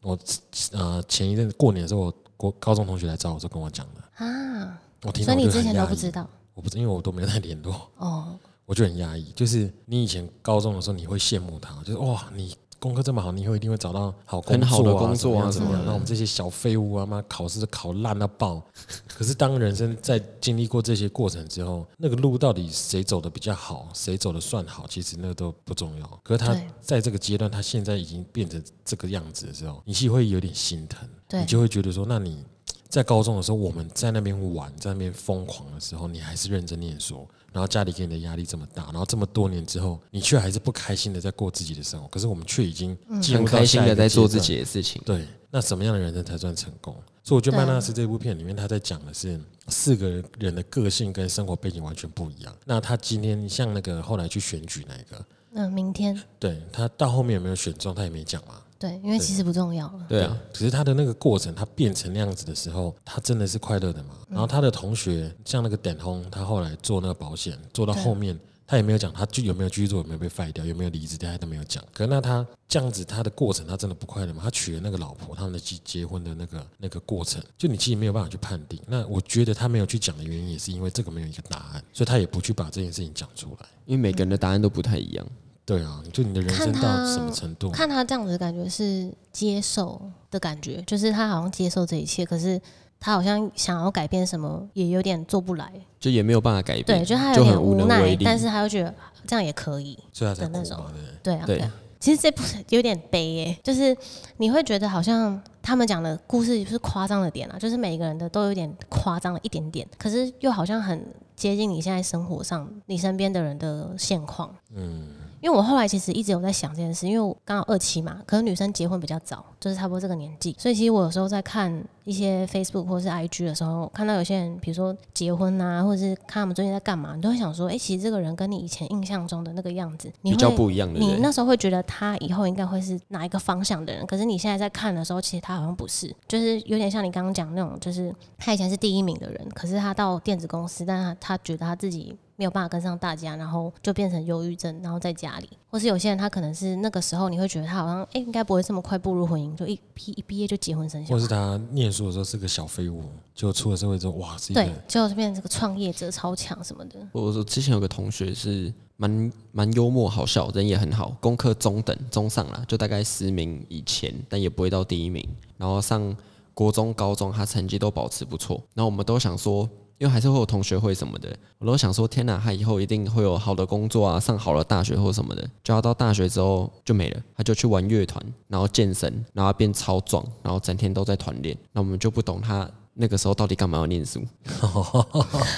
[SPEAKER 1] 呃，前一阵子过年的时候，我国高中同学来找我，就跟我讲的，
[SPEAKER 3] 啊！
[SPEAKER 1] 我听
[SPEAKER 3] 所
[SPEAKER 1] 到
[SPEAKER 3] 以
[SPEAKER 1] 我就
[SPEAKER 3] 你之
[SPEAKER 1] 很
[SPEAKER 3] 前
[SPEAKER 1] 压
[SPEAKER 3] 都
[SPEAKER 1] 抑
[SPEAKER 3] 不知，道
[SPEAKER 1] 我不知因为我都没有在联络，
[SPEAKER 3] 哦，
[SPEAKER 1] 我就很压抑。就是你以前高中的时候，你会羡慕他，就是哇，你功课这么好，你以后一定会找到好工作、啊、
[SPEAKER 2] 很好的工
[SPEAKER 1] 怎
[SPEAKER 2] 作
[SPEAKER 1] 么
[SPEAKER 2] 啊
[SPEAKER 1] 样怎么
[SPEAKER 2] 什么
[SPEAKER 1] 样。
[SPEAKER 2] 的
[SPEAKER 1] 那我们这些小废物啊，妈考试都考烂到爆。可是当人生在经历过这些过程之后，那个路到底谁走的比较好，谁走的算好，其实那都不重要。可是他
[SPEAKER 3] 对
[SPEAKER 1] 在这个阶段，他现在已经变成这个样子的时候，你是会有点心疼，
[SPEAKER 3] 对
[SPEAKER 1] 你就会觉得说，那你在高中的时候，我们在那边玩，在那边疯狂的时候，你还是认真念书，然后家里给你的压力这么大，然后这么多年之后，你却还是不开心的在过自己的生活，可是我们却已经进
[SPEAKER 2] 很
[SPEAKER 1] 入到
[SPEAKER 2] 开心
[SPEAKER 1] 下一
[SPEAKER 2] 的
[SPEAKER 1] 个
[SPEAKER 2] 在做
[SPEAKER 1] 阶
[SPEAKER 2] 自
[SPEAKER 1] 段
[SPEAKER 2] 己的事情。
[SPEAKER 1] 对，那什么样的人生才算成功？所以我觉得《
[SPEAKER 3] 对
[SPEAKER 1] 曼纳斯》这部片里面，他在讲的是四个人的个性跟生活背景完全不一样。那他今天像那个后来去选举那个，
[SPEAKER 3] 那嗯明天
[SPEAKER 1] 对他到后面有没有选中，他也没讲嘛。
[SPEAKER 3] 对，因为其实不重要了。
[SPEAKER 2] 对啊，
[SPEAKER 1] 只是他的那个过程，他变成那样子的时候，他真的是快乐的嘛？
[SPEAKER 3] 嗯
[SPEAKER 1] 然后他的同学像那个等轰，他后来做那个保险，做到后面。他也没有讲，他就有没有继续做，有没有被 fire 掉，有没有离职掉，他都没有讲。可是那他这样子，他的过程他真的不快乐吗？他娶了那个老婆，他们的结结婚的那个那个过程，就你其实没有办法去判定。那我觉得他没有去讲的原因，也是因为这个没有一个答案，所以他也不去把这件事情讲出来。
[SPEAKER 2] 因为每个人的答案都不太一样。
[SPEAKER 1] 对啊，就你的人生
[SPEAKER 3] 看
[SPEAKER 1] 到
[SPEAKER 3] 他
[SPEAKER 1] 什么程度？
[SPEAKER 3] 看他这样子，感觉是接受的感觉，就是他好像接受这一切，可是他好像想要改变什么，也有点做不来。
[SPEAKER 2] 就也没有办法改
[SPEAKER 3] 对，
[SPEAKER 2] 变，
[SPEAKER 3] 就他有
[SPEAKER 2] 就
[SPEAKER 3] 点
[SPEAKER 2] 很无
[SPEAKER 3] 无
[SPEAKER 2] 能为
[SPEAKER 3] 奈，
[SPEAKER 2] 力。
[SPEAKER 3] 但是他又觉得这样也可以。
[SPEAKER 1] 所以他才哭
[SPEAKER 3] 的那种
[SPEAKER 1] 嘛，对不对？
[SPEAKER 3] 对啊，
[SPEAKER 2] 对
[SPEAKER 3] 对啊。其实这部分有点悲耶、就是你会觉得好像他们讲的故事是夸张的点啊，就是每个人的都有点夸张了一点点，可是又好像很接近你现在生活上你身边的人的现况。
[SPEAKER 1] 嗯，
[SPEAKER 3] 因为我后来其实一直有在想这件事，因为我刚好二期嘛，可能女生结婚比较早，就是差不多这个年纪，所以其实我有时候在看一些 Facebook 或是 IG 的时候，看到有些人比如说结婚啊，或者是看他们最近在干嘛，你都会想说，哎、其实这个人跟你以前印象中的那个样子，你
[SPEAKER 2] 比
[SPEAKER 3] 会
[SPEAKER 2] 较不一样的
[SPEAKER 3] 你
[SPEAKER 2] 人，
[SPEAKER 3] 那时候会觉得他以后应该会是哪一个方向的人，可是你现在在看的时候，其实他好像不是，就是有点像你刚刚讲那种，就是他以前是第一名的人，可是他到电子公司，但他他觉得他自己没有办法跟上大家，然后就变成忧郁症，然后在家里，或是有些人他可能是那个时候你会觉得他好像哎、诶应该不会这么快步入婚姻，就一毕一毕业就结婚生小
[SPEAKER 1] 或
[SPEAKER 3] 孩
[SPEAKER 1] 是。他念书的时候是个小废物，就出了社会之后，哇，是一
[SPEAKER 3] 对
[SPEAKER 1] 个，
[SPEAKER 3] 就变成这个创业者超强什么的，
[SPEAKER 2] 我我之前有个同学是蛮蛮幽默好笑，人也很好，功课中等中上啦，就大概十名以前，但也不会到第一名。然后上国中、高中，他成绩都保持不错。然后我们都想说，因为还是会有同学会什么的，我都想说，天哪，他以后一定会有好的工作啊，上好的大学或什么的。就他到大学之后就没了，他就去玩乐团，然后健身，然后他变超壮，然后整天都在团练。那我们就不懂他那个时候到底干嘛要念书，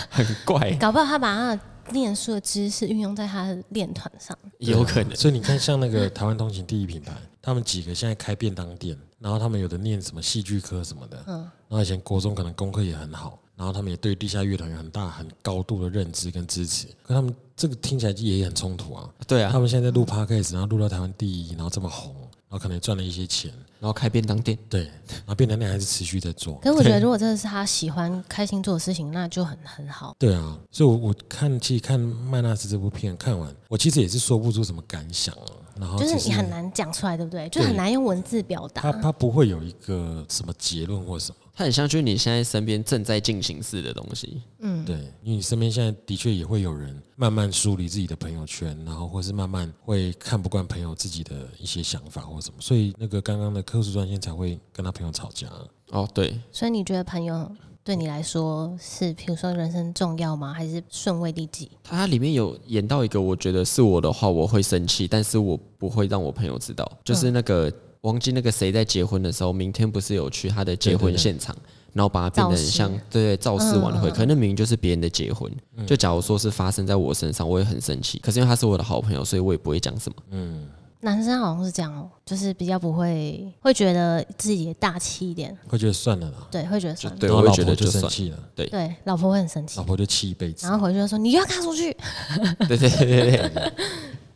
[SPEAKER 2] 很怪，
[SPEAKER 3] 搞不好他把他的念书的知识运用在他的练团上。
[SPEAKER 2] 有可能。
[SPEAKER 1] 啊所以你看，像那个台湾通勤第一品牌，他们几个现在开便当店，然后他们有的念什么戏剧科什么的，嗯，然后以前国中可能功课也很好，然后他们也对地下乐团有很大很高度的认知跟支持，可他们这个听起来也很冲突啊。
[SPEAKER 2] 对啊
[SPEAKER 1] 他，们现在在录 podcast，然后录到台湾第一，然后这么红，然后可能也赚了一些钱，
[SPEAKER 2] 然后开便当店，
[SPEAKER 1] 对，然后便当店还是持续在做，
[SPEAKER 3] 可是我觉得，如果真的是他喜欢、开心做的事情，那就很很好。
[SPEAKER 1] 对啊，所以我，我看其实看麦纳斯这部片看完，我其实也是说不出什么感想啊。然后
[SPEAKER 3] 就是
[SPEAKER 1] 只
[SPEAKER 3] 你很难啊讲出来，对不对？就
[SPEAKER 1] 对
[SPEAKER 3] 很难用文字表
[SPEAKER 1] 他
[SPEAKER 3] 达。
[SPEAKER 1] 他不会有一个什么结论或什么。
[SPEAKER 2] 它很像就是你现在身边正在进行式的东西。
[SPEAKER 3] 嗯
[SPEAKER 1] 对，因为你身边现在的确也会有人慢慢梳理自己的朋友圈，然后或是慢慢会看不惯朋友自己的一些想法或什么，所以那个刚刚的客诉专线才会跟他朋友吵架。啊
[SPEAKER 2] 哦，对，
[SPEAKER 3] 所以你觉得朋友对你来说是，比如说人生重要吗？还是顺位第几？
[SPEAKER 2] 它它里面有演到一个，我觉得是我的话，我会生气，但是我不会让我朋友知道。就是那个、忘记那个谁在结婚的时候，明天不是有去他的结
[SPEAKER 1] 对对
[SPEAKER 2] 婚
[SPEAKER 1] 对
[SPEAKER 2] 现场，然后把它变得很像
[SPEAKER 3] 造势嗯
[SPEAKER 2] 对对造势晚会，可那明明就是别人的结婚。就假如说是发生在我身上，我也很生气。可是因为他是我的好朋友，所以我也不会讲什么。
[SPEAKER 1] 嗯，
[SPEAKER 3] 男生好像是这样哦、就是比较不会，会觉得自己大气一点，
[SPEAKER 1] 会觉得算了啦，
[SPEAKER 3] 对，会觉得算了。
[SPEAKER 2] 对
[SPEAKER 1] 然后
[SPEAKER 2] 我也
[SPEAKER 1] 老
[SPEAKER 2] 觉
[SPEAKER 1] 婆
[SPEAKER 2] 得
[SPEAKER 1] 就
[SPEAKER 2] 就算
[SPEAKER 1] 生
[SPEAKER 2] 了 *laughs*
[SPEAKER 1] 气了，
[SPEAKER 3] 对，老婆会很生气
[SPEAKER 1] 老，婆就气一辈子
[SPEAKER 3] 然。后回去就说你又要跟他出去，
[SPEAKER 2] 对对对对对。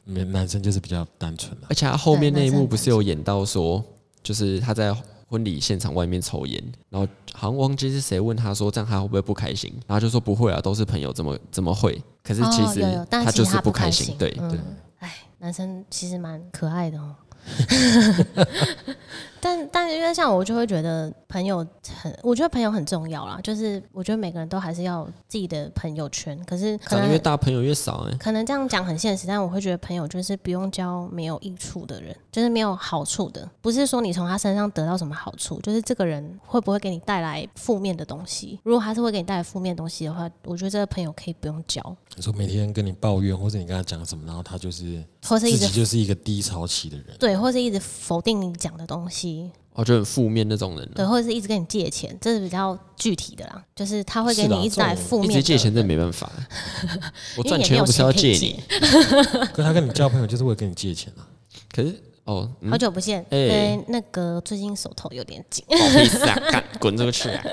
[SPEAKER 1] 没男生就是比较单纯啊，
[SPEAKER 2] 而且他后面
[SPEAKER 3] 对
[SPEAKER 2] 那一
[SPEAKER 3] 男
[SPEAKER 2] 幕
[SPEAKER 3] 生
[SPEAKER 2] 不是有演到说，就是他在婚礼现场外面抽烟，然后好像忘记是谁问他说这样他会不会不开心，然后就说不会啊，都是朋友，怎么怎么会？可是其实
[SPEAKER 3] 哦、有有但
[SPEAKER 2] 他
[SPEAKER 3] 其
[SPEAKER 2] 就
[SPEAKER 3] 实
[SPEAKER 2] 是
[SPEAKER 3] 他不
[SPEAKER 2] 开
[SPEAKER 3] 心。
[SPEAKER 2] 对，
[SPEAKER 1] 对
[SPEAKER 3] 嗯，哎，男生其实蛮可爱的哦。 *laughs* 但但因为像我就会觉得朋友很，我觉得朋友很重要啦。就是我觉得每个人都还是要有自己的朋友圈，可是可
[SPEAKER 2] 长得越
[SPEAKER 3] 能
[SPEAKER 2] 大朋友越少哎、
[SPEAKER 3] 可能这样讲很现实，但我会觉得朋友就是不用交没有益处的人，就是没有好处的。不是说你从他身上得到什么好处，就是这个人会不会给你带来负面的东西。如果他是会给你带来负面的东西的话，我觉得这个朋友可以不用交，
[SPEAKER 1] 你说每天跟你抱怨，或者你跟他讲什么，然后他就是
[SPEAKER 3] 或是一
[SPEAKER 1] 自
[SPEAKER 3] 直 *laughs*
[SPEAKER 1] 己就是一个低潮期的人。
[SPEAKER 3] 对，或是一直否定你讲的东西，
[SPEAKER 2] 哦，就很负面那种人
[SPEAKER 3] 对，
[SPEAKER 2] 啊、
[SPEAKER 3] 或者是一直跟你借钱，这是比较具体的啦，就是他会给
[SPEAKER 1] 是啦
[SPEAKER 3] 你一直来负
[SPEAKER 2] 一
[SPEAKER 3] 面的，
[SPEAKER 2] 直借钱真的没办
[SPEAKER 3] *laughs*
[SPEAKER 2] 法。我
[SPEAKER 3] 因为
[SPEAKER 2] 赚
[SPEAKER 3] 你也
[SPEAKER 2] 钱
[SPEAKER 3] 没有
[SPEAKER 2] 又不是要
[SPEAKER 3] 钱可以
[SPEAKER 2] 借
[SPEAKER 3] 借
[SPEAKER 2] 你，
[SPEAKER 1] 可他跟你交朋友就是为了跟你借钱啊，
[SPEAKER 2] 可是哦，嗯
[SPEAKER 3] 好久不见，
[SPEAKER 2] 哎
[SPEAKER 3] 对，那个最近手头有点紧，
[SPEAKER 2] 好意思啊，干滚出
[SPEAKER 3] *laughs*
[SPEAKER 2] 去啊！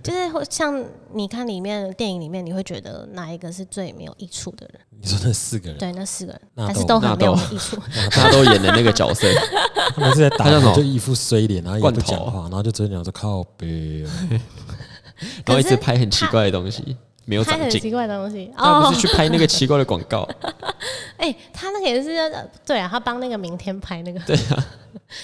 [SPEAKER 3] 就是会像你看里面电影里面，你会觉得哪一个是最没有益处的人？
[SPEAKER 1] 你说那四个人，
[SPEAKER 3] 对，那四个人，
[SPEAKER 1] 纳
[SPEAKER 3] 但是
[SPEAKER 1] 豆
[SPEAKER 3] 都很没有
[SPEAKER 2] 纳豆 *laughs*
[SPEAKER 3] 益处。
[SPEAKER 2] 他都演的那个角色，
[SPEAKER 1] 他每次在打
[SPEAKER 2] 他叫什么
[SPEAKER 1] 就一副衰脸，然后也不
[SPEAKER 2] 罐头
[SPEAKER 1] 讲话，然后就只有讲说靠北哦，
[SPEAKER 2] 然后一
[SPEAKER 3] 可
[SPEAKER 2] 直
[SPEAKER 3] 是
[SPEAKER 2] 拍很奇怪的东西，没有
[SPEAKER 3] 拍
[SPEAKER 2] 长
[SPEAKER 3] 很
[SPEAKER 2] 进。
[SPEAKER 3] 奇怪的东西
[SPEAKER 2] 他
[SPEAKER 3] 哦
[SPEAKER 2] 不，是去拍那个奇怪的广告，
[SPEAKER 3] 哎、他那个也是要对啊，他帮那个明天拍那个，对啊。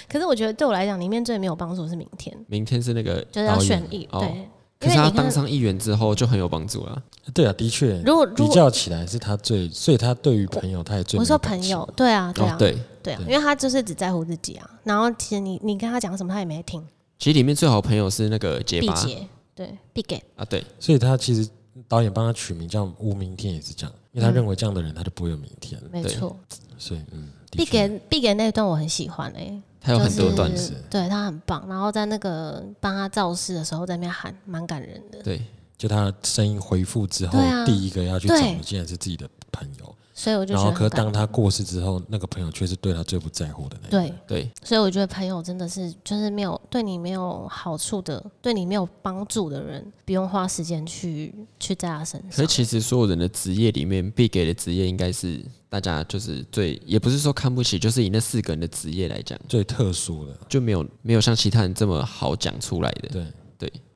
[SPEAKER 3] 可是我觉得对我来讲，里面最没有帮助的是明天，
[SPEAKER 2] 明天是那个
[SPEAKER 3] 就是要
[SPEAKER 2] 导演
[SPEAKER 3] 选艺，
[SPEAKER 2] 哦
[SPEAKER 3] 对，
[SPEAKER 2] 可
[SPEAKER 3] 因
[SPEAKER 2] 是
[SPEAKER 3] 为
[SPEAKER 2] 他
[SPEAKER 3] 你
[SPEAKER 2] 当
[SPEAKER 3] 看，
[SPEAKER 2] 上议员之后就很有帮助了。
[SPEAKER 1] 对啊，的确，
[SPEAKER 3] 如果
[SPEAKER 1] 比
[SPEAKER 3] 如果
[SPEAKER 1] 较起来是他最，所以他对于朋友他也最，
[SPEAKER 3] 我说朋友，，对啊，对啊，
[SPEAKER 2] 哦，对，
[SPEAKER 3] 对啊，
[SPEAKER 1] 对
[SPEAKER 3] 因为他就是只在乎自己啊。然后其实你你跟他讲什么，他也没听，
[SPEAKER 2] 其实里面最好的朋友是那个结
[SPEAKER 3] 必
[SPEAKER 2] 巴
[SPEAKER 3] 结，对，必给。
[SPEAKER 2] 啊，对，
[SPEAKER 1] 所以他其实导演帮他取名叫无明天也是这样，因
[SPEAKER 3] 嗯
[SPEAKER 1] 为他认为这样的人他就不会有明天，
[SPEAKER 3] 没
[SPEAKER 2] 对
[SPEAKER 3] 错，
[SPEAKER 1] 所以嗯，的
[SPEAKER 3] 必
[SPEAKER 1] 确
[SPEAKER 3] 给必给那一段我很喜欢哎、
[SPEAKER 2] 他有很多
[SPEAKER 3] 就是
[SPEAKER 2] 段
[SPEAKER 1] 子
[SPEAKER 3] 对他很棒。然后在那个帮他造势的时候，在那边喊，蛮感人的。
[SPEAKER 2] 对，
[SPEAKER 1] 就他声音恢复之后
[SPEAKER 3] 对，啊
[SPEAKER 1] 第一个要去找
[SPEAKER 3] 对
[SPEAKER 1] 的竟然是自己的朋友，
[SPEAKER 3] 所以我就
[SPEAKER 1] 然
[SPEAKER 3] 觉
[SPEAKER 1] 后
[SPEAKER 3] 得
[SPEAKER 1] 可
[SPEAKER 3] 很感
[SPEAKER 1] 当他过世之后，那个朋友却是对他最不在乎的那一个，
[SPEAKER 3] 对，
[SPEAKER 2] 对，
[SPEAKER 3] 所以我觉得朋友真的是就是没有对你没有好处的，对你没有帮助的人，不用花时间去去在他身
[SPEAKER 2] 可是
[SPEAKER 3] 上。
[SPEAKER 2] 其实所有人的职业里面，必给的职业应该是大家就是最，也不是说看不起，就是以那四个人的职业来讲，啊
[SPEAKER 1] 最特殊的，
[SPEAKER 2] 就没有没有像其他人这么好讲出来的。
[SPEAKER 1] 对。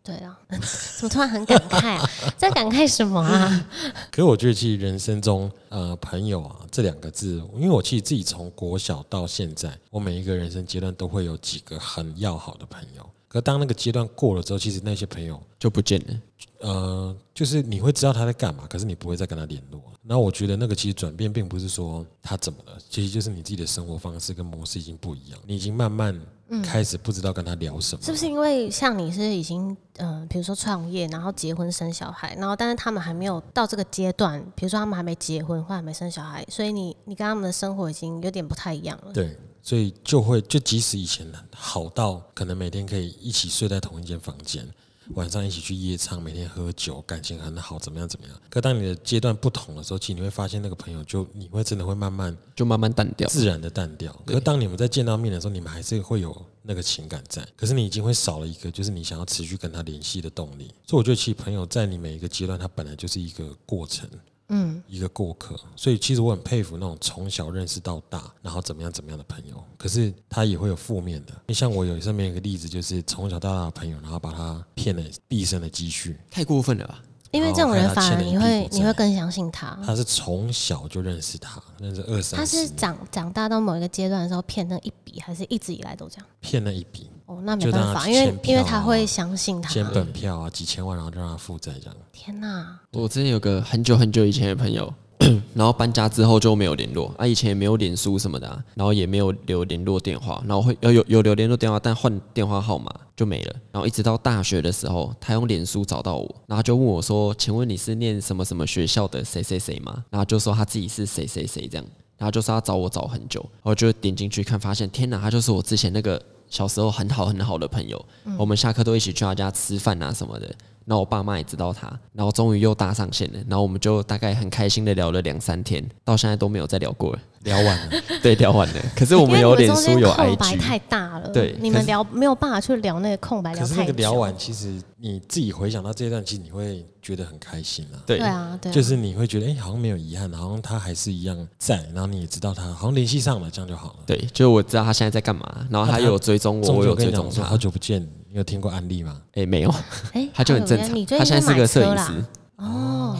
[SPEAKER 3] 对啊， *laughs* 怎么突然很感慨、啊？在感慨什么啊？
[SPEAKER 1] 可是我觉得，其实人生中，呃，朋友啊这两个字，因为我其实自己从国小到现在，我每一个人生阶段都会有几个很要好的朋友。可当那个阶段过了之后，其实那些朋友，
[SPEAKER 2] 就不见了。
[SPEAKER 1] 呃，就是你会知道他在干嘛，可是你不会再跟他联络。然后我觉得那个其实转变并不是说他怎么了，其实就是你自己的生活方式跟模式已经不一样，你已经慢慢开始不知道跟他聊什么。
[SPEAKER 3] 是不是因为像你是已经嗯、呃比如说创业，然后结婚生小孩，然后但是他们还没有到这个阶段，比如说他们还没结婚或还没生小孩，所以你你跟他们的生活已经有点不太一样了。
[SPEAKER 1] 对，所以就会就即使以前好到可能每天可以一起睡在同一间房间，晚上一起去夜唱，每天喝酒，感情很好，怎么样怎么样。可当你的阶段不同的时候，其实你会发现那个朋友就你会真的会慢慢
[SPEAKER 2] 就慢慢淡掉，
[SPEAKER 1] 自然的淡掉。可是当你们再见到面的时候，你们还是会有那个情感在，可是你已经会少了一个就是你想要持续跟他联系的动力。所以我觉得，其实朋友在你每一个阶段，它本来就是一个过程。
[SPEAKER 3] 嗯，
[SPEAKER 1] 一个过客，所以其实我很佩服那种从小认识到大，然后怎么样怎么样的朋友。可是他也会有负面的，你像我有身边有一个例子，就是从小到大的朋友，然后把他骗了毕生的积蓄。
[SPEAKER 2] 太过分了吧？
[SPEAKER 3] 因为这
[SPEAKER 1] 哦
[SPEAKER 3] 种人反而你
[SPEAKER 1] 然后看他欠了一
[SPEAKER 3] 会
[SPEAKER 1] 屁股债
[SPEAKER 3] 你会更相信他。
[SPEAKER 1] 他是从小就认识他，认识二
[SPEAKER 3] 嗯他
[SPEAKER 1] 三十
[SPEAKER 3] 是
[SPEAKER 1] 年，
[SPEAKER 3] 长长大到某一个阶段的时候骗那一笔，还是一直以来都这样？
[SPEAKER 1] 骗了一笔
[SPEAKER 3] 哦，那没
[SPEAKER 1] 就让
[SPEAKER 3] 办
[SPEAKER 1] 他
[SPEAKER 3] 法，
[SPEAKER 1] 去
[SPEAKER 3] 因为
[SPEAKER 1] 签票
[SPEAKER 3] 因为
[SPEAKER 1] 啊
[SPEAKER 3] 他会相信他。
[SPEAKER 1] 先本票啊，几千万，然后就让他负债这样。
[SPEAKER 3] 天哪，
[SPEAKER 2] 我之前有个很久很久以前的朋友， *clears throat* 然后搬家之后就没有联络啊，以前也没有脸书什么的啊、然后也没有留联络电话，然后会有有有留联络电话，但换电话号码就没了。然后一直到大学的时候，他用脸书找到我，然后就问我说：“请问你是念什么什么学校的谁谁谁吗？”然后就说他自己是谁谁谁这样，然后就说他找我找很久，然后就点进去看，发现天哪，他就是我之前那个小时候很好很好的朋友，我们下课都一起去他家吃饭啊什么的。然后我爸妈也知道他，然后终于又搭上线了，然后我们就大概很开心的聊了两三天，到现在都没有再聊过了。 *laughs*
[SPEAKER 1] 聊完了，
[SPEAKER 2] 对，聊完了。可是我
[SPEAKER 3] 因为
[SPEAKER 2] 们有
[SPEAKER 3] 你
[SPEAKER 2] 脸
[SPEAKER 3] 们中
[SPEAKER 2] 书
[SPEAKER 3] 间
[SPEAKER 2] 有
[SPEAKER 3] 空白
[SPEAKER 2] IG，
[SPEAKER 3] 太大了，
[SPEAKER 2] 对
[SPEAKER 3] 你
[SPEAKER 2] 可
[SPEAKER 3] 们
[SPEAKER 2] 是
[SPEAKER 3] 聊没有办法去聊那个空白，
[SPEAKER 1] 可
[SPEAKER 3] 聊
[SPEAKER 1] 是
[SPEAKER 3] 太
[SPEAKER 1] 那个
[SPEAKER 3] 久。
[SPEAKER 1] 聊完，其实你自己回想到这一段，其实你会觉得很开心啊。
[SPEAKER 2] 对
[SPEAKER 3] 对啊，对啊，
[SPEAKER 1] 就是你会觉得，哎、好像没有遗憾，好像他还是一样在，然后你也知道他好像联系上了，这样就好了。
[SPEAKER 2] 对，就我知道他现在在干嘛，然
[SPEAKER 3] 啊
[SPEAKER 2] 后他有追踪我，
[SPEAKER 1] 中
[SPEAKER 2] 我
[SPEAKER 1] 秋
[SPEAKER 2] 有
[SPEAKER 1] 跟你
[SPEAKER 2] 追
[SPEAKER 1] 讲，
[SPEAKER 2] 踪
[SPEAKER 1] 我说
[SPEAKER 2] 他
[SPEAKER 1] 好。久不见，你有听过安利吗？
[SPEAKER 2] 哎，没有， *laughs*
[SPEAKER 3] 哎，
[SPEAKER 2] 他就很
[SPEAKER 3] 好有
[SPEAKER 2] 正
[SPEAKER 3] 缘
[SPEAKER 2] 常
[SPEAKER 3] 你。最
[SPEAKER 2] 他
[SPEAKER 3] 近
[SPEAKER 2] 现在是
[SPEAKER 3] 买
[SPEAKER 2] 个摄
[SPEAKER 3] 车
[SPEAKER 2] 影
[SPEAKER 3] 啦
[SPEAKER 2] 师，
[SPEAKER 3] 哦，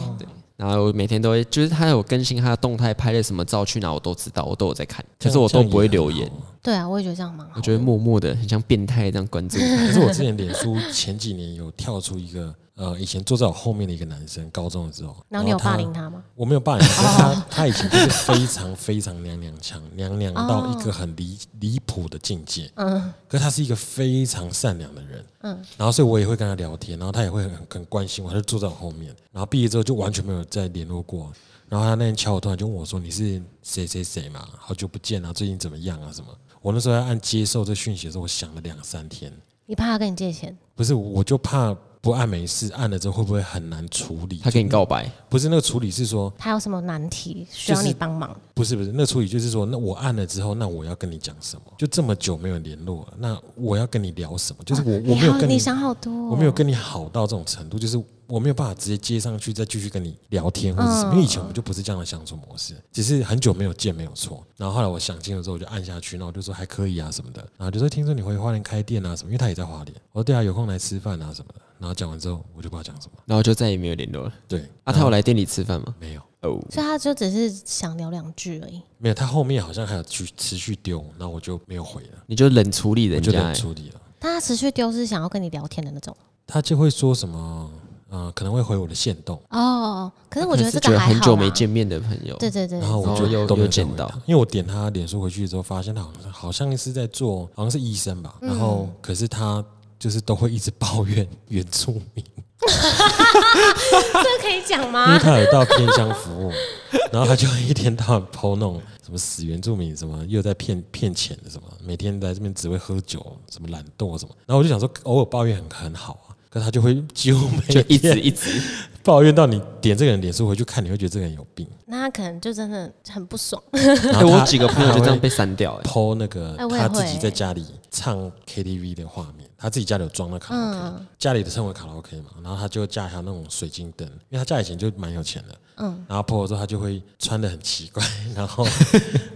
[SPEAKER 2] 然后我每天都会，就是他有更新他的动态拍了什么照，去哪我都知道，我都有在看，可是我
[SPEAKER 1] 这
[SPEAKER 2] 都
[SPEAKER 1] 样也
[SPEAKER 2] 不会
[SPEAKER 1] 很
[SPEAKER 2] 留
[SPEAKER 1] 好
[SPEAKER 2] 言，
[SPEAKER 3] 对啊，我也觉得这样蛮好的。
[SPEAKER 2] 我觉得默默的很像变态这样关注他。
[SPEAKER 1] *laughs*
[SPEAKER 3] *laughs*
[SPEAKER 1] 可是我之前脸书前几年有跳出一个，呃，以前坐在我后面的一个男生，高中的时候，
[SPEAKER 3] 然后你有霸凌
[SPEAKER 1] 他，
[SPEAKER 3] 他吗？
[SPEAKER 1] 我没有霸凌他，可是他他以前就是非常非常娘娘腔，娘娘到一个很离离谱的境界。
[SPEAKER 3] 嗯，
[SPEAKER 1] 可是他是一个非常善良的人，嗯，然后所以我也会跟他聊天，然后他也会很很关心我，他就坐在我后面。然后毕业之后就完全没有再联络过。然后他那天敲我，突然就问我说：“你是谁谁谁嘛，好久不见啊，最近怎么样啊什么？我那时候要按接受这讯息的时候，我想了两三天，
[SPEAKER 3] 你怕他跟你借钱？
[SPEAKER 1] 不是，我就怕不按没事，按了之后会不会很难处理？
[SPEAKER 2] 他跟你告白，
[SPEAKER 1] 不是那个处理是说，
[SPEAKER 3] 他有什么难题需要
[SPEAKER 1] 就是
[SPEAKER 3] 你帮忙？
[SPEAKER 1] 不是不是，那处理就是说，那我按了之后，那我要跟你讲什么？就这么久没有联络了，那我要跟你聊什么？就是我我没有
[SPEAKER 3] 啊好
[SPEAKER 1] 跟
[SPEAKER 3] 你
[SPEAKER 1] 你，
[SPEAKER 3] 想好多、哦，
[SPEAKER 1] 我没有跟你好到这种程度，就是我没有办法直接接上去再继续跟你聊天或者什么，
[SPEAKER 3] 嗯
[SPEAKER 1] 因为以前我们就不是这样的相处模式，只是很久没有见没有错。然后后来我想清了之后，我就按下去，然后我就说还可以啊什么的，然后就说听说你回花莲开店啊什么，因为他也在花莲，我说对啊，有空来吃饭啊什么的。然后讲完之后，我就不知道讲什么。
[SPEAKER 2] 然后就再也没有联络了。
[SPEAKER 1] 对，
[SPEAKER 2] 啊，
[SPEAKER 3] 嗯
[SPEAKER 2] 他有来店里吃饭吗？
[SPEAKER 1] 没有。
[SPEAKER 2] 哦，
[SPEAKER 3] 所以他就只是想聊两句而已。
[SPEAKER 1] 没有，他后面好像还有去持续丢，然后我就没有回了，
[SPEAKER 2] 你就冷处理
[SPEAKER 1] 我
[SPEAKER 2] 人
[SPEAKER 1] 就
[SPEAKER 2] 家、
[SPEAKER 1] 冷
[SPEAKER 2] 欸，
[SPEAKER 1] 处理了。
[SPEAKER 3] 但他持续丢是想要跟你聊天的那种。
[SPEAKER 1] 他就会说什么，呃，可能会回我的线动，
[SPEAKER 3] 哦，可是我觉得这
[SPEAKER 2] 可能欸是
[SPEAKER 3] 个还
[SPEAKER 2] 很
[SPEAKER 3] 好
[SPEAKER 2] 久
[SPEAKER 3] 啦
[SPEAKER 2] 没见面的朋友，
[SPEAKER 3] 对对对，
[SPEAKER 1] 然后我
[SPEAKER 2] 然后
[SPEAKER 1] 就
[SPEAKER 2] 又
[SPEAKER 1] 都没有
[SPEAKER 2] 又见
[SPEAKER 1] 再回
[SPEAKER 2] 到
[SPEAKER 1] 他因为我点他脸书回去之后，发现他好像好像是在做，好像是医生吧，
[SPEAKER 2] 嗯
[SPEAKER 1] 然后可是他就是都会一直抱怨原住
[SPEAKER 2] *laughs*
[SPEAKER 1] 民，
[SPEAKER 3] 这个可以讲
[SPEAKER 1] 因为
[SPEAKER 3] 吗？
[SPEAKER 1] 他有到偏乡服务，然后他就一天到晚抛那种什么死原住民，什么又在骗骗钱的，什么每天来这边只会喝酒，什么懒惰什么，然后我就想说，偶尔抱怨很很好啊。可他就会几乎每
[SPEAKER 2] 就一
[SPEAKER 1] 天
[SPEAKER 2] 直一直，
[SPEAKER 1] 抱怨到你点这个人脸书回去看，你会觉得这个人有病。
[SPEAKER 3] 那他可能就真的很不爽。
[SPEAKER 1] *laughs* 然
[SPEAKER 2] 哎，
[SPEAKER 1] 后
[SPEAKER 2] 我
[SPEAKER 1] 他
[SPEAKER 2] 有几个朋友就这样被删掉、欸，
[SPEAKER 1] 剖那个
[SPEAKER 3] 哎我也
[SPEAKER 1] 他
[SPEAKER 3] 会
[SPEAKER 1] 自己在家里唱 KTV 的画面，他自己家里有装了卡拉 OK，、家
[SPEAKER 3] 嗯
[SPEAKER 1] 里的生活卡拉 OK 嘛，然后他就架一条那种水晶灯，因为他家以前就蛮有钱的，嗯，然后剖了之后他就会穿的很奇怪， *laughs* 然
[SPEAKER 3] *laughs*
[SPEAKER 1] 后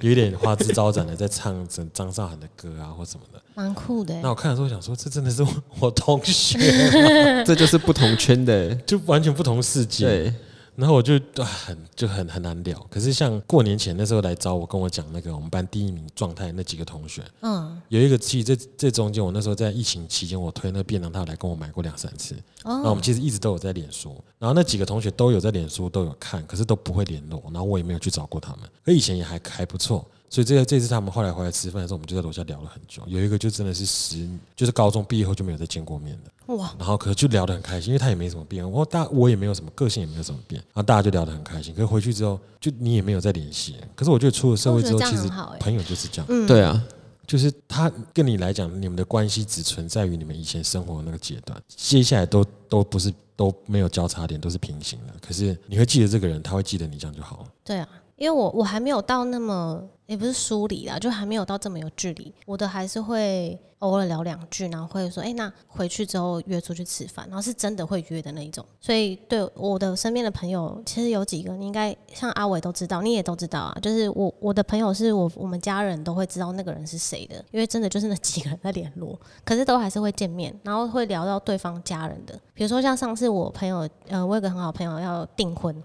[SPEAKER 1] 有一点花枝招展的在唱整张韶涵的歌啊或什么的，
[SPEAKER 3] *laughs* 蛮酷的欸
[SPEAKER 1] 那，我看的时候想说，这真的是我我同学，
[SPEAKER 2] *laughs* 这就是不同圈的，
[SPEAKER 1] 就完全不同世界，
[SPEAKER 2] *laughs* 对，
[SPEAKER 1] 然后我就啊很就很很难聊。可是像过年前那时候来找我跟我讲那个我们班第一名状态那几个同学，
[SPEAKER 3] 嗯，
[SPEAKER 1] 有一个其实这这中间我那时候在疫情期间我推那个便当，他有来跟我买过两三次。
[SPEAKER 3] 哦
[SPEAKER 1] 那我们其实一直都有在脸书，然后那几个同学都有在脸书都有看，可是都不会联络，然后我也没有去找过他们。可以前也还还不错。所以这个这次他们后来回来吃饭的时候，我们就在楼下聊了很久。有一个就真的是十，就是高中毕业后就没有再见过面的。
[SPEAKER 3] 哇，
[SPEAKER 1] 然后可就聊得很开心，因为他也没什么变，我大我也没有什么个性，也没有什么变，然后大家就聊得很开心。可是回去之后，就你也没有再联系。可是我觉得出了社会之后，
[SPEAKER 3] 我觉
[SPEAKER 1] 其
[SPEAKER 3] 得这样
[SPEAKER 1] 实
[SPEAKER 3] 很好欸
[SPEAKER 1] 朋友就是这样，
[SPEAKER 2] 对啊，
[SPEAKER 1] 就是他跟你来讲，你们的关系只存在于你们以前生活的那个阶段，接下来都都不是都没有交叉点，都是平行的。可是你会记得这个人，他会记得你，这样就好了。
[SPEAKER 3] 对啊，因为我我还没有到那么也不是疏离啦，就还没有到这么有距离，我的还是会偶尔聊两句，然后会说，哎、那回去之后约出去吃饭，然后是真的会约的那一种。所以对我的身边的朋友，其实有几个你应该像阿伟都知道，你也都知道啊，就是我我的朋友是我我们家人都会知道那个人是谁的，因为真的就是那几个人在联络，可是都还是会见面，然后会聊到对方家人的，比如说像上次我朋友，呃，我有个很好的朋友要订婚。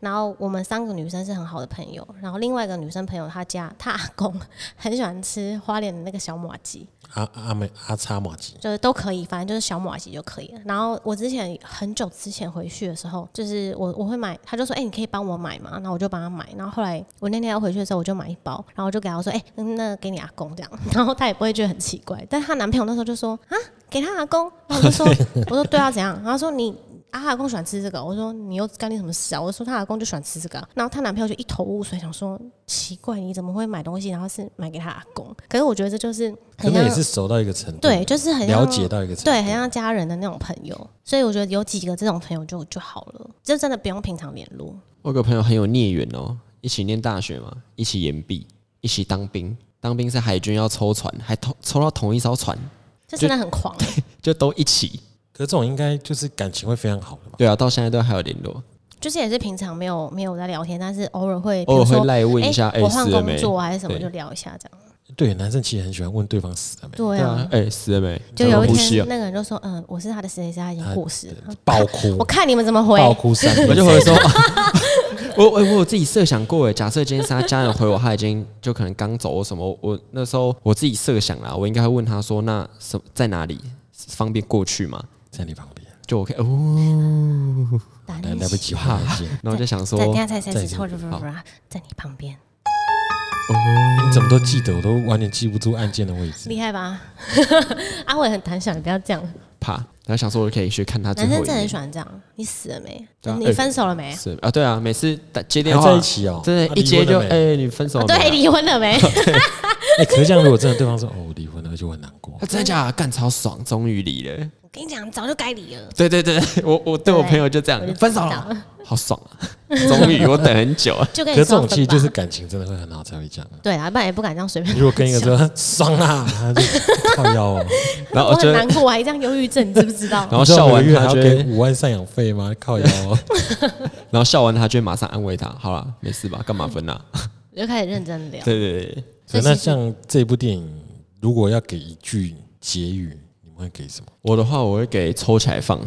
[SPEAKER 3] 然后我们三个女生是很好的朋友，然后另外一个女生朋友她家她阿公 *laughs* 很喜欢吃花莲的那个小马鸡，
[SPEAKER 1] 阿啊阿美阿叉马吉，
[SPEAKER 3] 就是都可以，反正就是小马吉就可以了。然后我之前很久之前回去的时候，就是我我会买，他就说：“哎、你可以帮我买嘛？”然后我就帮他买。然后后来我那天要回去的时候，我就买一包，然后我就给他说：“哎、那给你阿公这样。” *laughs* 然后他也不会觉得很奇怪，但她男朋友那时候就说：“啊，给他阿公。”然后我就说：“我说对啊，怎样？”然后他说：“你啊，她阿公喜欢吃这个。”我说：“你又干你什么事啊？”我说：“她阿公就喜欢吃这个啊、然后她男朋友就一头雾水，想说：“奇怪，你怎么会买东西，然后是买给她阿公？”可是我觉得这就是
[SPEAKER 1] 可
[SPEAKER 3] 很
[SPEAKER 1] 能
[SPEAKER 3] 像
[SPEAKER 1] 也是熟到一个程度，
[SPEAKER 3] 对，就是很像
[SPEAKER 1] 了解到一个程度，
[SPEAKER 3] 对，很像家人的那种朋友，所以我觉得有几个这种朋友就就好了，就真的不用平常联络。
[SPEAKER 2] 我有个朋友很有孽缘哦，一起念大学嘛，一起研毕，一起当兵，当兵是海军要抽船，还同抽到同一艘船，
[SPEAKER 3] 这真的很狂欸、
[SPEAKER 2] 就都一起，
[SPEAKER 1] 可是这种应该就是感情会非常好的吧？
[SPEAKER 2] 对啊，到现在都还有联络，
[SPEAKER 3] 就是也是平常没有没有在聊天，但是偶尔会，比
[SPEAKER 2] 偶
[SPEAKER 3] 如
[SPEAKER 2] 尔会
[SPEAKER 3] 说，
[SPEAKER 2] 赖问一下，
[SPEAKER 3] 哎、
[SPEAKER 2] 哎、
[SPEAKER 3] 我
[SPEAKER 2] 死
[SPEAKER 3] 换
[SPEAKER 2] 了
[SPEAKER 3] 工
[SPEAKER 2] 没？
[SPEAKER 3] 作还是什么，
[SPEAKER 2] 对
[SPEAKER 3] 就聊一下这样。
[SPEAKER 1] 对，男生其实很喜欢问对方死了没。
[SPEAKER 2] 对
[SPEAKER 3] 对
[SPEAKER 2] 啊
[SPEAKER 3] 啊，，
[SPEAKER 2] 哎、死了没？
[SPEAKER 3] 就有一
[SPEAKER 2] 呼吸
[SPEAKER 3] 天
[SPEAKER 2] 啊，
[SPEAKER 3] 那个人就说，嗯，我是他的谁谁谁，他已经过世了。
[SPEAKER 1] 爆哭
[SPEAKER 3] 我，看你们怎么回，
[SPEAKER 1] 爆哭三 *laughs* 天，
[SPEAKER 2] 我就回说，我我我有自己设想过哎，假设今天是他家人回我，他已经就可能刚走或什么，我我那时候我自己设想啦，我应该会问他说，那什么在哪里方便过去吗？
[SPEAKER 1] 在你旁边，
[SPEAKER 2] 就我可以哦，
[SPEAKER 3] 打
[SPEAKER 1] 来
[SPEAKER 3] 你
[SPEAKER 1] 来不及换眼
[SPEAKER 3] *laughs*
[SPEAKER 1] 镜，
[SPEAKER 2] 然后我就想说
[SPEAKER 3] 在，等一下才才
[SPEAKER 1] 在
[SPEAKER 3] 知道，
[SPEAKER 2] 好
[SPEAKER 3] 在你旁边，
[SPEAKER 1] 你怎么都记得，我都完全记不住按键的位置。
[SPEAKER 3] 厉害吧？阿伟很胆小，你不要这样。
[SPEAKER 2] 怕，然后想说我可以去看他最
[SPEAKER 3] 男
[SPEAKER 2] 后
[SPEAKER 3] 生
[SPEAKER 2] 一
[SPEAKER 3] 真的很
[SPEAKER 2] 面
[SPEAKER 3] 喜。欢这样。你死了没？
[SPEAKER 2] 对啊
[SPEAKER 3] 你
[SPEAKER 2] 哎
[SPEAKER 3] 分手了没？
[SPEAKER 2] 是啊，对啊，每次打接电
[SPEAKER 1] 还
[SPEAKER 2] 话
[SPEAKER 1] 在一起哦，
[SPEAKER 2] 真
[SPEAKER 1] 啊
[SPEAKER 2] 的，一接就哎、，
[SPEAKER 1] 哦离婚了没
[SPEAKER 2] 你分手
[SPEAKER 3] 啊
[SPEAKER 2] 了没啊、
[SPEAKER 3] 对，离婚了
[SPEAKER 1] *laughs*
[SPEAKER 3] 没？
[SPEAKER 1] 哎，可是这样如果真的对方说哦我离婚了，就很难过
[SPEAKER 2] 啊，。真的假的？干超爽，终于离了。
[SPEAKER 3] 我跟你讲，早就该离了。
[SPEAKER 2] 对对对，我我对我朋友就这样
[SPEAKER 3] 我就知道
[SPEAKER 2] 分手了，好爽啊！终于我等很久啊，
[SPEAKER 3] 就跟
[SPEAKER 1] 可
[SPEAKER 3] 你
[SPEAKER 1] 是
[SPEAKER 3] 说
[SPEAKER 1] 这种其实
[SPEAKER 3] 分吧
[SPEAKER 1] 就是感情真的会很好才会讲。
[SPEAKER 3] 对啊，不然也不敢这样随便
[SPEAKER 1] 你。如果跟一个说爽啦，他就靠腰
[SPEAKER 2] *laughs*
[SPEAKER 1] 哦，
[SPEAKER 2] 然后
[SPEAKER 3] *laughs* 我
[SPEAKER 2] 我就
[SPEAKER 3] 很难过，啊我还这样忧郁症，你知不知
[SPEAKER 1] *laughs*
[SPEAKER 3] 道？
[SPEAKER 2] 然后笑完
[SPEAKER 1] 你知道每个月还
[SPEAKER 2] 他
[SPEAKER 1] 要
[SPEAKER 2] 就
[SPEAKER 1] 给
[SPEAKER 2] 会，
[SPEAKER 1] 五万赡养费吗？靠腰
[SPEAKER 3] *laughs*
[SPEAKER 1] 哦，
[SPEAKER 2] 然后笑完他就会马上安慰他，好了，没事吧？干嘛分啊？
[SPEAKER 3] 我就开始认真聊。
[SPEAKER 2] 对对 *laughs* 对，
[SPEAKER 3] 所以
[SPEAKER 1] 那
[SPEAKER 3] 其实
[SPEAKER 1] 像这部电影，如果要给一句结语，你们会给什么？
[SPEAKER 2] 我的话我会给抽起来放，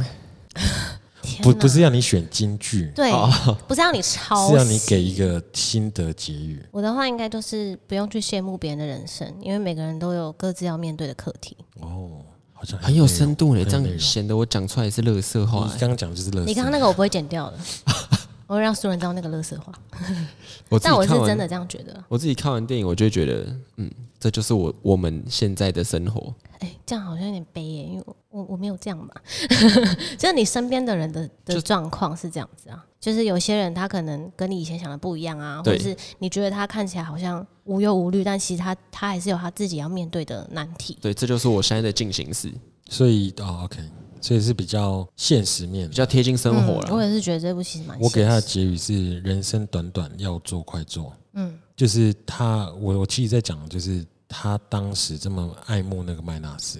[SPEAKER 3] 天
[SPEAKER 1] 不
[SPEAKER 3] 哪
[SPEAKER 1] 不是让你选金句，
[SPEAKER 3] 对
[SPEAKER 2] 哦，
[SPEAKER 3] 不是让你抄，
[SPEAKER 1] 是让你给一个心得结语。
[SPEAKER 3] 我的话应该就是不用去羡慕别人的人生，因为每个人都有各自要面对的课题。
[SPEAKER 1] 哦，好像
[SPEAKER 2] 很有深度
[SPEAKER 1] 很
[SPEAKER 2] 呢，
[SPEAKER 1] 有
[SPEAKER 2] 这
[SPEAKER 1] 内容
[SPEAKER 2] 样显得我讲出来是乐色
[SPEAKER 1] 你
[SPEAKER 2] 话欸。
[SPEAKER 1] 刚刚讲的就是乐色，
[SPEAKER 3] 你刚刚那个我不会剪掉
[SPEAKER 1] *laughs*
[SPEAKER 3] 的，我会让苏人知道那个乐色话。
[SPEAKER 2] 我自
[SPEAKER 3] 但
[SPEAKER 2] 己
[SPEAKER 3] 我是
[SPEAKER 2] 看完
[SPEAKER 3] 真的这样觉得。
[SPEAKER 2] 我自己看完电影，我就会觉得，嗯，这就是我我们现在的生活。
[SPEAKER 3] 哎，这样好像有点悲耶，因为我我我没有这样吧？ *laughs* 就是你身边的人的的
[SPEAKER 2] 就
[SPEAKER 3] 状况是这样子啊，就是有些人他可能跟你以前想的不一样啊，或
[SPEAKER 2] 对
[SPEAKER 3] 者是你觉得他看起来好像无忧无虑，但其实他他还是有他自己要面对的难题。
[SPEAKER 2] 对，这就是我现在的进行式，
[SPEAKER 1] 所以哦，OK，所以是比较现实面
[SPEAKER 2] 比。较贴近生活
[SPEAKER 3] 嗯我
[SPEAKER 2] 了。
[SPEAKER 3] 也是觉得这部其实蛮
[SPEAKER 1] 我给他的
[SPEAKER 3] 现实
[SPEAKER 1] 结语是：人生短短，要做快做。嗯，就是他，我我其实在讲，就是他当时这么爱慕那个麦纳斯，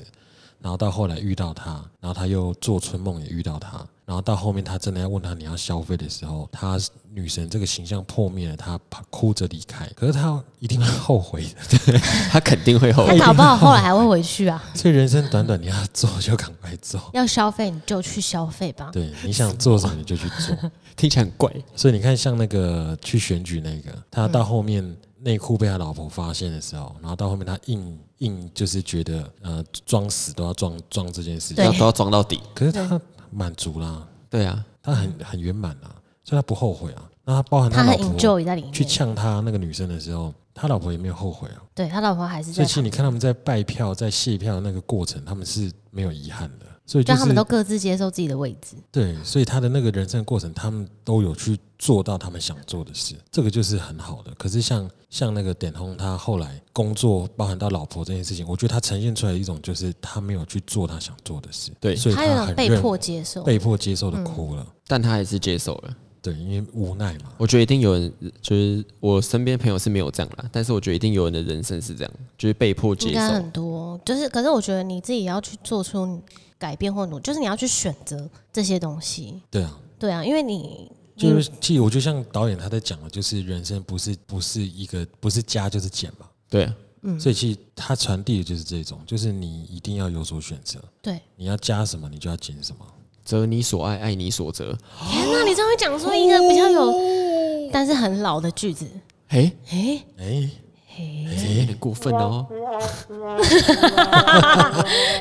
[SPEAKER 1] 然后到后来遇到他，然后他又做春梦也遇到他，然后到后面他真的要问他你要消费的时候，他女神这个形象破灭了，他怕哭着离开，可是他一定会后悔的。 *laughs*
[SPEAKER 2] 他肯定会后
[SPEAKER 3] 他
[SPEAKER 2] 悔。
[SPEAKER 3] 搞不好后来还会回去啊。
[SPEAKER 1] 所以人生短短，你要做就赶快做，
[SPEAKER 3] 要消费你就去消费吧。
[SPEAKER 1] 对，你想做什么你就去做。
[SPEAKER 2] 听起来很怪，
[SPEAKER 1] 所以你看，像那个去选举那个，他到后面内裤被他老婆发现的时候，然后到后面他硬硬就是觉得呃装死都要装装这件事
[SPEAKER 3] 对
[SPEAKER 1] 情，
[SPEAKER 2] 要都要装到底。
[SPEAKER 1] 可是他满足啦，
[SPEAKER 2] 对啊，
[SPEAKER 1] 他很很圆满啦，所以他不后悔啊。那他包含
[SPEAKER 3] 他
[SPEAKER 1] 老
[SPEAKER 3] 很
[SPEAKER 1] 婆
[SPEAKER 3] enjoy 在里面，
[SPEAKER 1] 去呛他那个女生的时候，他老婆也没有后悔啊。
[SPEAKER 3] 对他老婆还是
[SPEAKER 1] 所
[SPEAKER 3] 在
[SPEAKER 1] 以其，实你看他们在拜票、在谢票的那个过程，他们是没有遗憾的。所以就
[SPEAKER 3] 让他们都
[SPEAKER 1] 是
[SPEAKER 3] 各自接受自己的位置。
[SPEAKER 1] 对，所以他的那个人生过程，他们都有去做到他们想做的事，这个就是很好的。可是像像那个点红，他后来工作包含到老婆这件事情，我觉得他呈现出来一种就是他没有去做他想做的事，
[SPEAKER 2] 对
[SPEAKER 1] 所以
[SPEAKER 3] 有
[SPEAKER 1] 他
[SPEAKER 3] 点
[SPEAKER 1] 很
[SPEAKER 3] 被
[SPEAKER 1] 认
[SPEAKER 3] 迫嗯接受，
[SPEAKER 1] 被迫接受的哭了，
[SPEAKER 2] 但他还是接受了。
[SPEAKER 1] 对，因为无奈嘛。
[SPEAKER 2] 我觉得一定有人，就是我身边朋友是没有这样啦，但是我觉得一定有人的人生是这样，就是被迫
[SPEAKER 3] 应
[SPEAKER 2] 接
[SPEAKER 3] 该
[SPEAKER 2] 受。
[SPEAKER 3] 很多。就是，可是我觉得你自己也要去做出改变或努，就是你要去选择这些东西。
[SPEAKER 1] 对啊，
[SPEAKER 3] 对啊，因为你
[SPEAKER 1] 就是其实我觉得像导演他在讲的，就是人生不是不是一个不是加就是减嘛，
[SPEAKER 2] 对啊，
[SPEAKER 3] 嗯
[SPEAKER 1] 所以其实他传递的就是这种，就是你一定要有所选择，
[SPEAKER 3] 对，
[SPEAKER 1] 你要加什么你就要减什么。
[SPEAKER 2] 择你所爱，爱你所择。
[SPEAKER 3] 天哪，你终于讲出一个比较有，
[SPEAKER 2] 哦
[SPEAKER 3] 但是很老的句子。
[SPEAKER 2] 哎、
[SPEAKER 3] 诶，
[SPEAKER 1] 哎、
[SPEAKER 2] 欸，有点过分哦。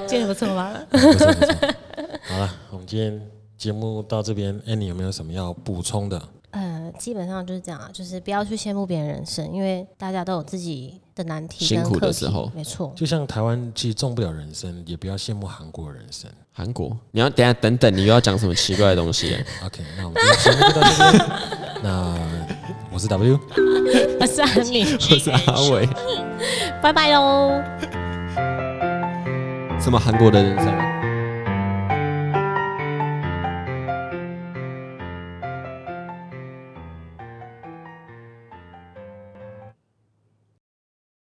[SPEAKER 3] 这个不错吧？
[SPEAKER 1] 不错不错。好了，我们今天节目到这边，哎，你有没有什么要补充的？
[SPEAKER 3] *laughs* 呃，基本上就是这样啊，就是不要去羡慕别人人生，因为大家都有自己的难题
[SPEAKER 2] 辛
[SPEAKER 3] 跟
[SPEAKER 2] 苦的
[SPEAKER 3] 课题
[SPEAKER 2] 时候
[SPEAKER 3] 没错。
[SPEAKER 1] 就像台湾其实中不了人生，也不要羡慕韩国人生。
[SPEAKER 2] 韩国，你要等一下等等，你又要讲什么奇怪的东西 *laughs* 了？
[SPEAKER 1] OK，那我们今天节目就到这边。那我是 W，
[SPEAKER 3] *laughs* 我是安妮，
[SPEAKER 2] *laughs* 我是阿伟，
[SPEAKER 3] 拜拜喽。
[SPEAKER 2] 什么韩国的人生啊？